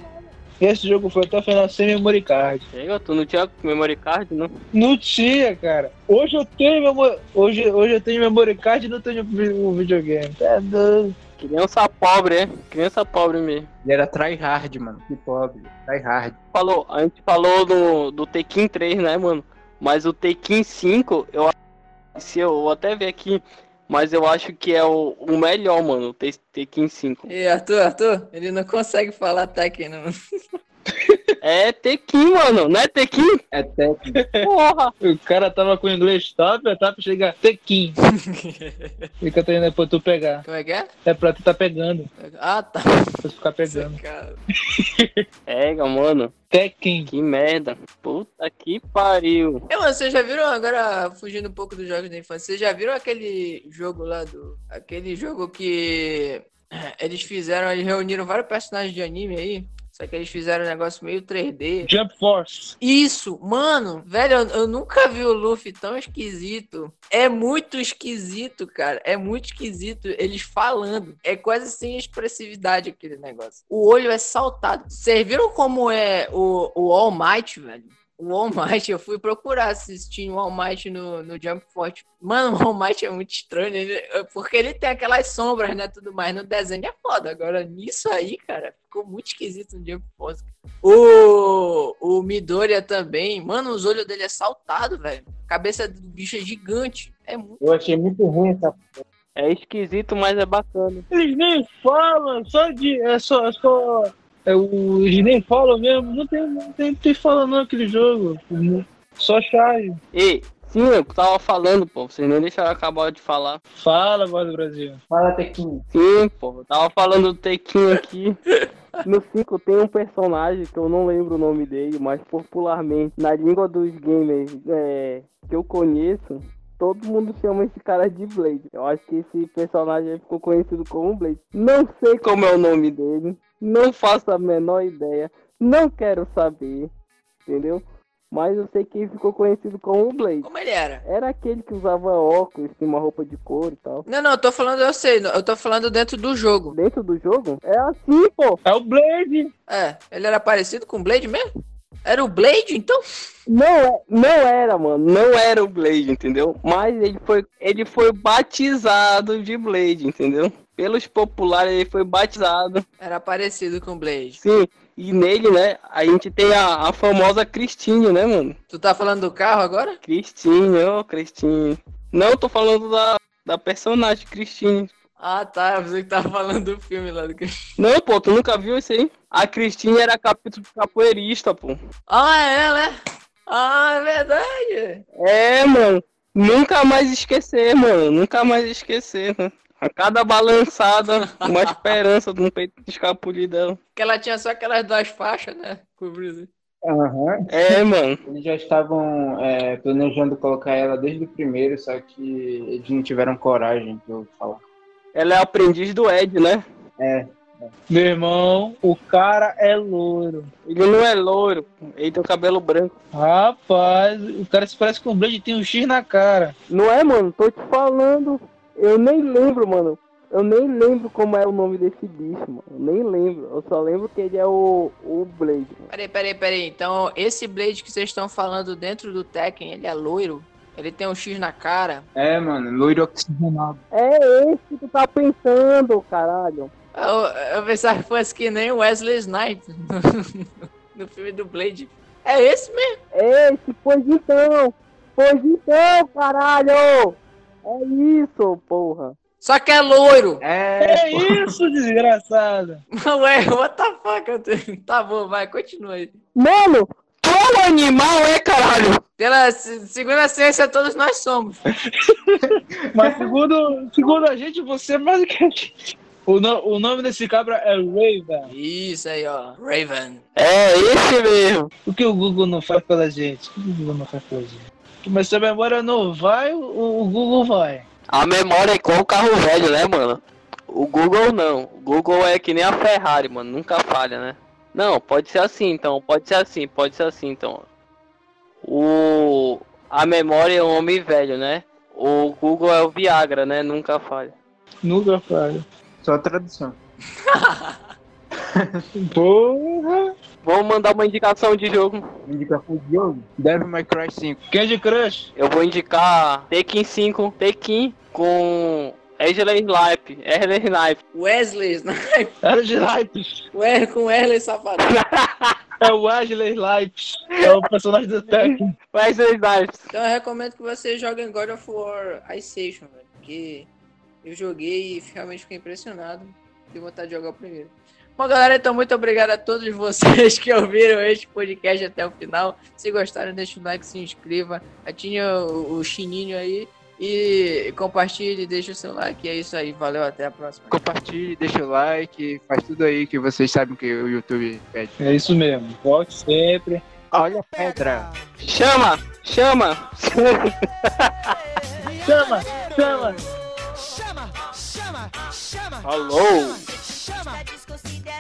[SPEAKER 4] Esse jogo foi até o final sem memory card.
[SPEAKER 3] Chega, tu não tinha memory card, não?
[SPEAKER 4] Não tinha, cara. Hoje eu tenho memory, hoje, hoje eu tenho memory card e não tenho vi- o videogame. É doido.
[SPEAKER 3] Criança pobre, é? Criança pobre mesmo.
[SPEAKER 2] Ele era tryhard, mano. Que pobre. Tryhard.
[SPEAKER 3] Falou, a gente falou do, do Tekken 3, né, mano? Mas o Tekken 5, eu acho. Se eu vou até ver aqui, mas eu acho que é o, o melhor, mano, o Te- Tekken 5.
[SPEAKER 1] E Arthur, Arthur, ele não consegue falar Tekken, não.
[SPEAKER 3] É Tequim, mano, não é Tequim?
[SPEAKER 2] É técnico.
[SPEAKER 3] Porra!
[SPEAKER 4] O cara tava com o inglês top, a top chega tequim. Fica treinando é pra tu pegar.
[SPEAKER 1] Como é que é?
[SPEAKER 4] É pra tu tá pegando.
[SPEAKER 1] Ah, tá.
[SPEAKER 4] Pra tu ficar pegando.
[SPEAKER 1] Cara.
[SPEAKER 3] É, mano,
[SPEAKER 4] Tekken.
[SPEAKER 3] que merda. Puta que pariu.
[SPEAKER 1] É, mano, vocês já viram, agora fugindo um pouco dos jogos da infância, vocês já viram aquele jogo lá do. Aquele jogo que eh, eles fizeram, eles reuniram vários personagens de anime aí, só que eles fizeram um negócio meio 3D.
[SPEAKER 4] Jump Force.
[SPEAKER 1] Isso, mano, velho, eu, eu nunca vi o Luffy tão esquisito. É muito esquisito, cara. É muito esquisito eles falando. É quase sem expressividade aquele negócio. O olho é saltado. Vocês viram como é o, o All Might, velho? O All Might, eu fui procurar se tinha o All Might no, no Jump Force. Mano, o All Might é muito estranho, ele- porque ele tem aquelas sombras, né, tudo mais. No desenho é foda. Agora, nisso aí, cara, ficou muito esquisito no Jump Force. O, o Midoriya também. Mano, os olhos dele é saltado, velho. Cabeça do bicho é gigante. É muito...
[SPEAKER 2] Eu achei muito ruim essa
[SPEAKER 3] É esquisito, mas é bacana.
[SPEAKER 4] Eles nem falam, só de. É só. É só é, o- eles nem falam mesmo. Não tem, não tem, não tem fala não aquele jogo. Só chave.
[SPEAKER 3] Ei, sim, eu tava falando, pô, vocês não deixaram eu acabar de falar.
[SPEAKER 4] Fala, voz do Brasil.
[SPEAKER 2] Fala, Tequinho.
[SPEAKER 3] Sim, pô, eu tava falando do Tequim aqui. No 5 tem um personagem que eu não lembro o nome dele, mas popularmente, na língua dos gamers é, que eu conheço, todo mundo chama esse cara de Blade. Eu acho que esse personagem aí ficou conhecido como Blade. Não sei como é o nome dele, não faço a menor ideia, não quero saber, entendeu? Mas eu sei que ele ficou conhecido como Blade.
[SPEAKER 1] Como ele era?
[SPEAKER 3] Era aquele que usava óculos, tinha uma roupa de couro e tal.
[SPEAKER 1] Não, não, eu tô falando, eu sei. Eu tô falando dentro do jogo.
[SPEAKER 3] tipo, Dentro do jogo? É assim, pô!
[SPEAKER 4] É o Blade!
[SPEAKER 1] É, ele era parecido com o Blade mesmo? Era o Blade, então?
[SPEAKER 3] Não, é- não era, mano. Não era o Blade, entendeu? Mas ele foi, ele foi batizado de Blade, entendeu? Pelos populares ele foi batizado.
[SPEAKER 1] Era parecido com o Blade.
[SPEAKER 3] Sim. E nele, né, a gente tem a, a famosa Cristine, né, mano?
[SPEAKER 1] Tu tá falando do carro agora?
[SPEAKER 3] Cristine, ô Cristine. Não, tô falando da, da personagem Cristine.
[SPEAKER 1] Ah, tá. Eu pensei que tava falando do filme lá do que.
[SPEAKER 3] Não, pô, tu nunca viu isso aí? A Cristine era capítulo de capoeirista, pô.
[SPEAKER 1] Ah, é ela, é? Ah, é verdade.
[SPEAKER 3] É, mano. Nunca mais esquecer, mano. Nunca mais esquecer, né? A cada balançada, uma esperança de um peito escapulidão.
[SPEAKER 1] Que ela tinha só aquelas duas faixas, né? Cobrindo.
[SPEAKER 2] Aham.
[SPEAKER 3] É, mano.
[SPEAKER 2] Eles já estavam é, planejando colocar ela desde o primeiro, só que eles não tiveram coragem de eu falar.
[SPEAKER 3] Ela é aprendiz do Ed, né?
[SPEAKER 2] É.
[SPEAKER 4] Meu irmão, o cara é louro.
[SPEAKER 3] Ele não é loiro. Ele tem o cabelo branco.
[SPEAKER 4] Rapaz, o cara se parece com o Blade e tem um X na cara.
[SPEAKER 3] Não é, mano? Tô te falando. Eu nem lembro, mano. Eu nem lembro como é o nome desse bicho, mano. Eu nem lembro. Eu só lembro que ele é o, o Blade, mano.
[SPEAKER 1] Peraí, peraí, peraí. Então, esse Blade que vocês estão falando dentro do Tekken, ele é loiro? Ele tem um X na cara?
[SPEAKER 2] É, mano, loiro oxigenado.
[SPEAKER 3] É esse que tu tá pensando, caralho.
[SPEAKER 1] Eu, eu pensava que fosse que nem o Wesley Snipes no, no filme do Blade. É esse mesmo?
[SPEAKER 3] Esse, pois então. Pois então, caralho. É isso, porra.
[SPEAKER 1] Só que é loiro.
[SPEAKER 2] É,
[SPEAKER 4] É isso, desgraçada.
[SPEAKER 1] Ué, what the fuck? eu tô- Tá bom, vai, continua aí.
[SPEAKER 3] Mano, tu é um animal, é, caralho?
[SPEAKER 1] Pela se- segundo a ciência, todos nós somos.
[SPEAKER 4] Mas segundo, segundo a gente, você é mais do que a gente. O, no- o nome desse cabra é Raven.
[SPEAKER 1] Isso aí, ó. Raven.
[SPEAKER 3] É esse mesmo.
[SPEAKER 4] O que o Google não faz pela gente? O que o Google não faz pela gente? Mas se a memória não vai, o, o Google vai.
[SPEAKER 3] A memória é igual o carro velho, né, mano? O Google não. O Google é que nem a Ferrari, mano. Nunca falha, né? Não, pode ser assim, então. Pode ser assim, pode ser assim, então. O... A memória é o homem velho, né? O Google é o Viagra, né? Nunca falha.
[SPEAKER 4] Nunca falha.
[SPEAKER 2] só a tradução.
[SPEAKER 4] Porra!
[SPEAKER 3] Vou mandar uma indicação de jogo.
[SPEAKER 2] Indicação de jogo? Devil May Cry 5.
[SPEAKER 4] Candy Crush.
[SPEAKER 3] Eu vou indicar Tekken 5, Tekken com Ashley Snipe. Ashley Snipe.
[SPEAKER 1] Wesley, né?
[SPEAKER 4] Era de Lipes.
[SPEAKER 1] Ué, com Wesley Safadão.
[SPEAKER 4] É o Ashley Lipes. É o personagem do Tekken.
[SPEAKER 3] Ashley Snipe.
[SPEAKER 1] Então eu recomendo que vocês joguem God of War Isolation, velho. Porque eu joguei e realmente fiquei impressionado. Tenho vontade de jogar o primeiro. Bom, galera, então muito obrigado a todos vocês que ouviram este podcast até o final. Se gostaram, deixa o like, se inscreva, atine o, o sininho aí e compartilhe, deixa o seu like. É isso aí, valeu, até a próxima.
[SPEAKER 2] Compartilhe, deixa o like, faz tudo aí que vocês sabem que o YouTube pede.
[SPEAKER 4] É isso mesmo. Volte sempre.
[SPEAKER 2] Olha a pedra.
[SPEAKER 3] Chama! Chama!
[SPEAKER 4] Chama, chama.
[SPEAKER 5] Chama, chama, chama.
[SPEAKER 3] Alô!
[SPEAKER 5] Chama.
[SPEAKER 6] Está desconsiderado.
[SPEAKER 5] é